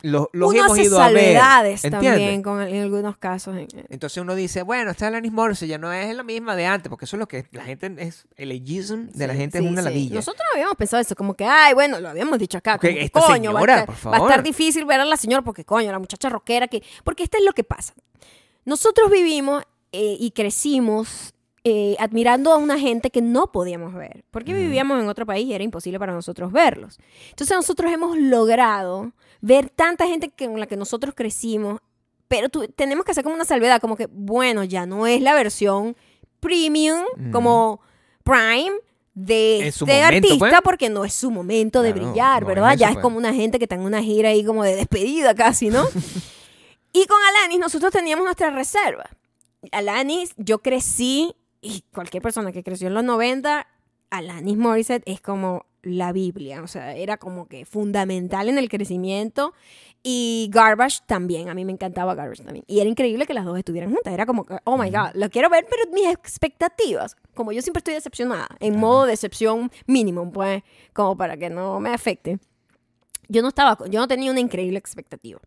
S2: los, los
S1: Uno
S2: hemos
S1: hace
S2: ido a ver.
S1: salvedades
S2: ¿entiendes?
S1: también con, en algunos casos. en- en-
S2: Entonces uno dice, bueno, está Alanis Morissette, ya no es la misma de antes, porque eso es lo que la gente es, el ageism de la
S1: Sí,
S2: gente
S1: sí,
S2: es una
S1: sí.
S2: ladilla.
S1: Nosotros habíamos pensado eso, como que, ay, bueno, lo habíamos dicho acá.
S2: Ok,
S1: como que,
S2: esta
S1: coño,
S2: señora,
S1: va, a estar,
S2: por
S1: va a estar
S2: favor.
S1: difícil ver a la señora porque, coño, la muchacha rockera que... Porque esto es lo que pasa. Nosotros vivimos eh, y crecimos eh, admirando a una gente que no podíamos ver, porque
S2: Ujú.
S1: vivíamos en otro país y era imposible para nosotros verlos. Entonces nosotros hemos logrado ver tanta gente que- con la que nosotros crecimos, pero tú- tenemos que hacer como una salvedad, como que, bueno, ya no es la versión premium,
S2: Ujú.
S1: como prime de
S2: En su
S1: este
S2: momento,
S1: artista,
S2: pues.
S1: porque no es su momento de
S2: Claro,
S1: brillar,
S2: no es
S1: ¿verdad? ya
S2: eso,
S1: es
S2: pues.
S1: como una gente que está en una gira ahí como de despedida casi, ¿no? y con Alanis nosotros teníamos nuestra reserva. Alanis, yo crecí, y cualquier persona que creció en los 90, Alanis Morissette es como la Biblia, o sea, era como que fundamental en el crecimiento y Garbage también, a mí me encantaba Garbage también. Y era increíble que las dos estuvieran juntas, era como, que, oh my god, lo quiero ver, pero mis expectativas, como yo siempre estoy decepcionada, en modo decepción mínimo, pues, como para que no me afecte. Yo no estaba, yo no tenía una increíble expectativa.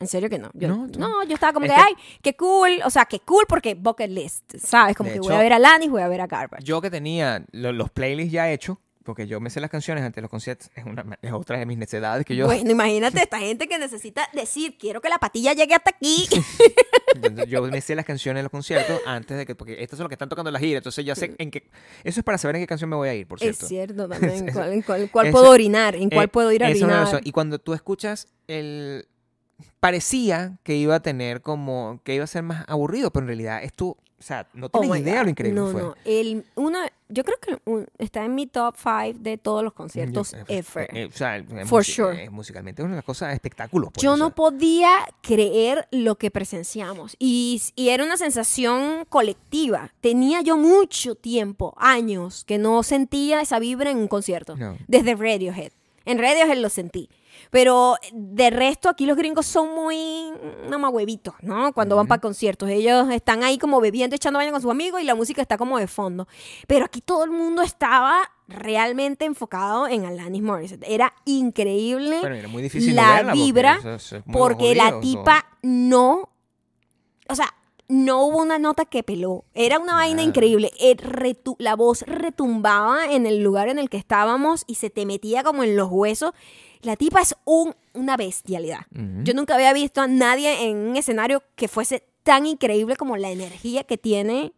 S1: En serio que no. Yo,
S2: No,
S1: no,
S2: tú-
S1: yo estaba como
S2: Es
S1: que,
S2: que-
S1: ay, qué cool, o sea, qué cool porque bucket list, ¿sabes? Como
S2: De
S1: que voy a
S2: hecho-
S1: ver a Lanis, voy a ver a Garbage.
S2: Yo que tenía lo- los playlists ya hechos, porque yo me sé las canciones antes de los conciertos, es, una, es otra de mis necesidades que yo...
S1: Bueno, imagínate esta gente que necesita decir, quiero que la patilla llegue hasta aquí.
S2: Entonces, yo me sé las canciones de los conciertos antes de que, porque estas son las que están tocando en la gira, entonces ya sé en qué... Eso es para saber en qué canción me voy a ir, por
S1: es
S2: cierto.
S1: cierto también, en
S2: Eso-
S1: cuál, en cuál- en cuál
S2: eso-
S1: puedo orinar, en cuál
S2: Eh,
S1: puedo ir a
S2: esa es una
S1: orinar.
S2: razón. Y cuando tú escuchas el... Parecía que iba a tener como... Que iba a ser más aburrido, pero en realidad es tú... O sea, no
S1: Oh
S2: tienes
S1: my
S2: idea
S1: God.
S2: lo increíble
S1: no,
S2: que fue.
S1: No, el, una, yo creo que un- está en mi top 5 de todos los conciertos
S2: Yo- eh,
S1: ever.
S2: eh, o sea, es
S1: For
S2: musi-
S1: sure.
S2: eh, musicalmente es una de las cosas espectáculos. pues,
S1: Yo
S2: o sea.
S1: no podía creer lo que presenciamos y, y era una sensación colectiva. Tenía yo mucho tiempo, años, que no sentía esa vibra en un concierto.
S2: No.
S1: Desde Radiohead. En Radiohead lo sentí. Pero de resto, aquí los gringos son muy más huevitos, ¿no? Cuando van para conciertos. Ellos están ahí como bebiendo, echando baño con sus amigos y la música está como de fondo. Pero aquí todo el mundo estaba realmente enfocado en Alanis Morissette. Era increíble
S2: Bueno, era muy difícil no
S1: la
S2: verla porque
S1: vibra,
S2: eso es- es muy
S1: porque la
S2: jodido,
S1: tipa no, o sea, no hubo una nota que peló. Era una vaina
S2: Nada.
S1: increíble. El retu- la voz retumbaba en el lugar en el que estábamos y se te metía como en los huesos. La tipa es un, una bestialidad.
S2: Ujú.
S1: Yo nunca había visto a nadie en un escenario que fuese tan increíble como la energía que tiene.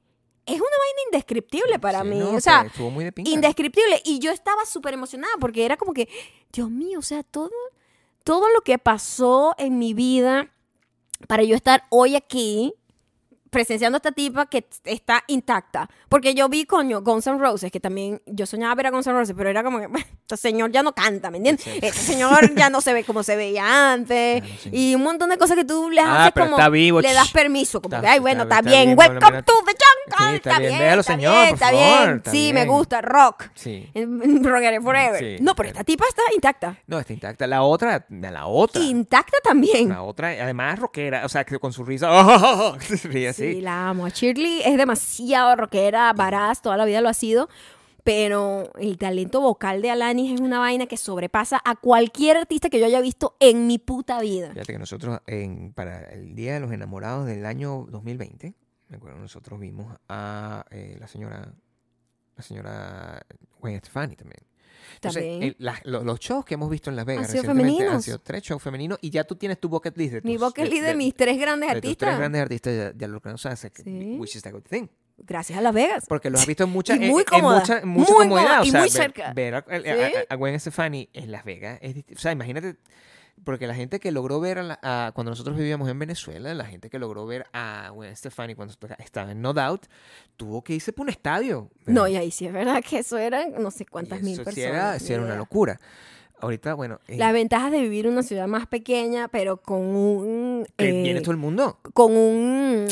S1: Es una vaina indescriptible para
S2: Sí,
S1: mí.
S2: no,
S1: o sea,
S2: pero estuvo muy de pinga.
S1: indescriptible. Y yo estaba súper emocionada porque era como que, Dios mío, o sea, todo, todo lo que pasó en mi vida para yo estar hoy aquí presenciando a esta tipa que t- está intacta. Porque yo vi, coño, Guns N' Roses, que también yo soñaba ver a Guns N' Roses, pero era como que, bueno, este señor ya no canta, ¿me entiendes?
S2: Sí.
S1: Este señor ya no se ve como se veía antes.
S2: Claro, sí.
S1: Y un montón de cosas que tú le
S2: Ah,
S1: haces
S2: pero
S1: como...
S2: está vivo,
S1: Le
S2: ch.
S1: das permiso, como
S2: Está-
S1: que, ay,
S2: está-
S1: bueno, está,
S2: está
S1: bien.
S2: bien,
S1: Welcome
S2: bueno,
S1: to the jungle.
S2: Sí, está
S1: está
S2: bien,
S1: bien,
S2: véalo,
S1: está
S2: señor,
S1: bien,
S2: por
S1: está
S2: favor,
S1: bien.
S2: está
S1: sí, me
S2: bien.
S1: gusta, rock.
S2: Sí.
S1: Rogaré Forever.
S2: Mm, Sí,
S1: no, pero
S2: claro.
S1: esta tipa está intacta.
S2: No, está intacta. La otra, la otra.
S1: Intacta también.
S2: La otra, además rockera, o sea, que con su risa, se ríe así. Mm.
S1: Sí, la amo. Shirley es demasiado rockera, varaz, toda la vida lo ha sido. pero el talento vocal de Alanis es una vaina que sobrepasa a cualquier artista que yo haya visto en mi puta vida.
S2: Fíjate que nosotros, en- para el Día de los Enamorados del año 2020, me acuerdo, nosotros vimos a eh, la señora la señora Gwen Stefani también. Entonces,
S1: También.
S2: el- las- lo- los shows que hemos visto en Las Vegas
S1: sido
S2: recientemente han
S1: femeninos.
S2: sido tres shows femeninos y ya tú tienes tu bucket list de
S1: mi
S2: tus-
S1: bucket list de, mis tres grandes
S2: de tus tres
S1: artistas.
S2: grandes artistas ya, ya lo conoces, así que,
S1: Sí.
S2: which is a good thing.
S1: Gracias a Las Vegas.
S2: Porque los has visto en mucha, eh,
S1: Y
S2: en-
S1: muy
S2: en
S1: cómoda,
S2: mucha, en mucha
S1: muy
S2: comodidad.
S1: cómoda
S2: o
S1: y
S2: sea,
S1: muy
S2: ver-
S1: cerca.
S2: ver a, a- a- a Gwen Stefani en Las Vegas. es disti- o sea, imagínate, porque la gente que logró ver a, la- a- cuando nosotros vivíamos en Venezuela, la gente que logró ver a Gwen Stefani cuando est- estaba en No Doubt, tuvo que irse por un estadio.
S1: No,
S2: y
S1: y ahí sí es verdad que eso eran no sé cuántas
S2: eso
S1: mil
S2: sí
S1: personas.
S2: Era, sí
S1: ni
S2: era una
S1: idea.
S2: locura. Ahorita, bueno, eh,
S1: Las ventajas de vivir en una ciudad más pequeña, pero con un...
S2: que
S1: eh,
S2: viene todo el mundo.
S1: con un,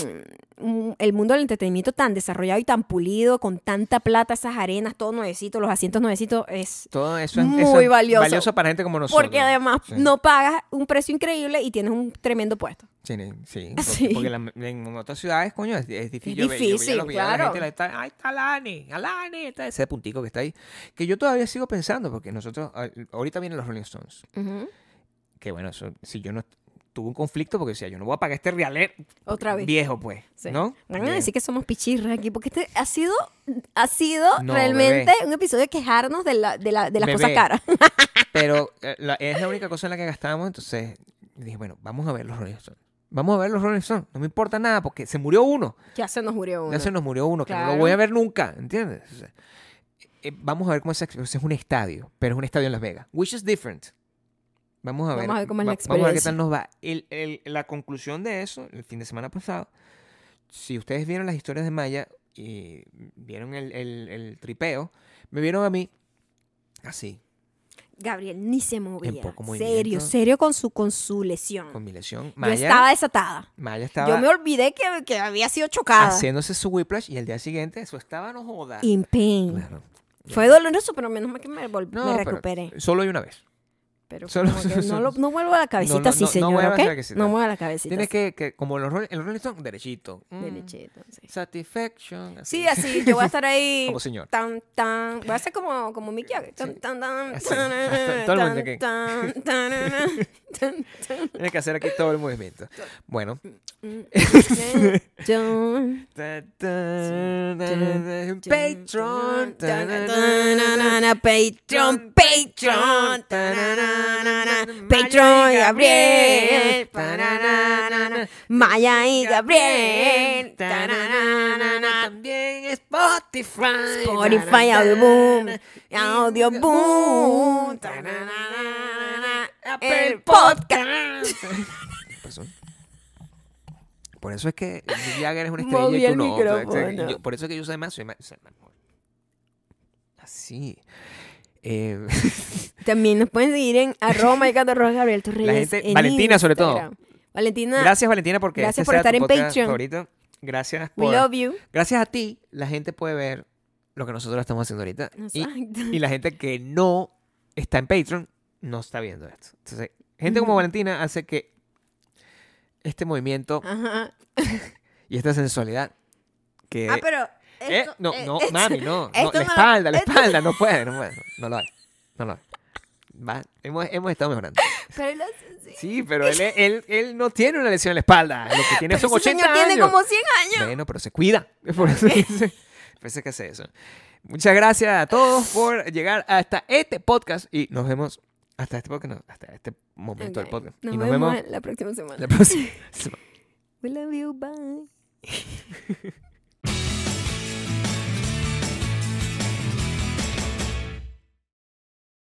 S1: un- el mundo del entretenimiento tan desarrollado y tan pulido, con tanta plata, esas arenas, todo nuevecito, los asientos nuevecitos, es...
S2: Todo eso es
S1: muy
S2: eso es
S1: valioso.
S2: para gente como nosotros.
S1: Porque además
S2: Sí.
S1: no pagas un precio increíble y tienes un tremendo puesto.
S2: Sí, ne- sí, porque,
S1: Sí.
S2: porque la- en otras ciudades, coño, es, es difícil.
S1: Es
S2: Yo ve- yo veía
S1: difícil,
S2: los videos de la
S1: claro.
S2: gente, la está, "Ay, está Alani, Alani", está ese puntico que está ahí. Que yo todavía sigo pensando, porque nosotros, ah, ahorita vienen los Rolling Stones. Que bueno, eso, si yo no tuve un conflicto, porque decía, yo no voy a pagar este realer
S1: Otra vez.
S2: viejo, pues.
S1: Sí.
S2: ¿No?
S1: Van a
S2: Bien.
S1: decir que somos pichirras aquí, porque este ha sido, ha sido
S2: No,
S1: realmente
S2: bebé.
S1: un episodio de quejarnos de, la, de, la- de las
S2: Bebé.
S1: cosas caras.
S2: Pero eh, la- es la única cosa en la que gastamos, entonces dije, bueno, vamos a ver los Rolling Stones. Vamos a ver los Rolling Stones. No me importa nada, porque se murió uno.
S1: ya se nos murió uno.
S2: Ya se nos murió uno, que no lo
S1: Claro.
S2: voy a ver nunca, ¿entiendes? O sea, eh, vamos a ver cómo es, esa experiencia. es un estadio, pero es un estadio en Las Vegas, which is different. Vamos a ver,
S1: Vamos a ver cómo es la
S2: Vamos a ver qué
S1: experiencia.
S2: tal nos va. El- el- la conclusión de eso, el fin de semana pasado, si ustedes vieron las historias de Maya y vieron el, el- el tripeo, me vieron a mí así,
S1: Gabriel ni se movía.
S2: En poco movimiento.
S1: serio, serio con su, con su lesión.
S2: con mi lesión.
S1: Yo
S2: Maya
S1: estaba desatada.
S2: Maya estaba
S1: Yo me olvidé que, que había sido chocada.
S2: haciéndose su whiplash y el día siguiente eso estaba no joda.
S1: In pain.
S2: Claro.
S1: Fue doloroso, pero menos mal que me, vol-
S2: No,
S1: me
S2: pero
S1: recuperé.
S2: Solo hay una vez.
S1: Pero
S2: solo-
S1: como que no,
S2: solo-
S1: lo- no vuelvo a la cabecita
S2: No, no,
S1: así,
S2: no, no
S1: señor,
S2: muevas
S1: ¿ok?
S2: la cabecita.
S1: No mueva la cabecita.
S2: Tienes
S1: Tienes
S2: que, que como los, Roll- el Rolling Stone, derechito. Mm.
S1: sí.
S2: Satisfaction. así.
S1: Sí, así, yo voy a estar ahí.
S2: Como señor.
S1: Tan, tan. Voy a hacer como, como Mickey Jagger. Tan,
S2: Sí.
S1: tan, tan,
S2: Así.
S1: tan,
S2: Hasta- todo el mundo
S1: tan,
S2: que-
S1: tan, tan, tan, tan,
S2: Tienes que hacer aquí todo el movimiento. Bueno.
S1: tan.
S2: Ta- ta- ta- ta-
S1: Patreon,
S2: Patreon. ta- ta- ta- ta-
S1: Patreon, Patreon, Patreon y Gabriel, Tananana, Maya y Gabriel, Tananana,
S2: También Spotify.
S1: Spotify, Audioboom, Audioboom, Tananana, el podcast.
S2: Pasó. Por eso es que Mick Jagger es una estrella
S1: Moví
S2: y tú
S1: el
S2: no. O sea, o sea,
S1: micrófono.
S2: yo- por eso es que yo soy más, soy más, soy más- Así. Eh,
S1: Ah. También nos pueden seguir en arroba y Rojas Gabriel Torreyes.
S2: La gente-
S1: en
S2: Valentina, sobre todo.
S1: Instagram. Valentina,
S2: gracias Valentina porque
S1: Gracias
S2: este
S1: por
S2: sea
S1: estar
S2: tu
S1: en
S2: podcast
S1: Patreon.
S2: favorito. Gracias
S1: we
S2: por-
S1: love you.
S2: Gracias a ti la gente puede ver lo que nosotros estamos haciendo ahorita y,
S1: Exacto.
S2: y la gente que no está en Patreon no está viendo esto. Entonces, gente como
S1: Ujú.
S2: Valentina hace que este movimiento
S1: Ajá.
S2: y esta sensualidad que
S1: Ah, pero.
S2: Eh,
S1: esto-
S2: no,
S1: eh,
S2: no,
S1: esto-
S2: mami, no. no,
S1: esto
S2: la
S1: no-
S2: espalda, la
S1: esto-
S2: espalda, no puede, no puede. No lo hay. No lo hay. Va, hemos, hemos estado mejorando.
S1: Pero él hace así.
S2: Sí, pero él, él, él no tiene una lesión en la espalda. Lo que tiene
S1: Pero
S2: son
S1: ese
S2: 80
S1: señor tiene
S2: años.
S1: como 100 años.
S2: Bueno, pero se cuida. Por eso, dice- por eso es que hace eso. Muchas gracias a todos por llegar hasta este podcast y nos vemos hasta este podcast, no, hasta este momento
S1: Ok.
S2: del podcast.
S1: Nos,
S2: y nos
S1: vemos,
S2: vemos
S1: la próxima semana.
S2: la próxima semana.
S1: We love you, bye.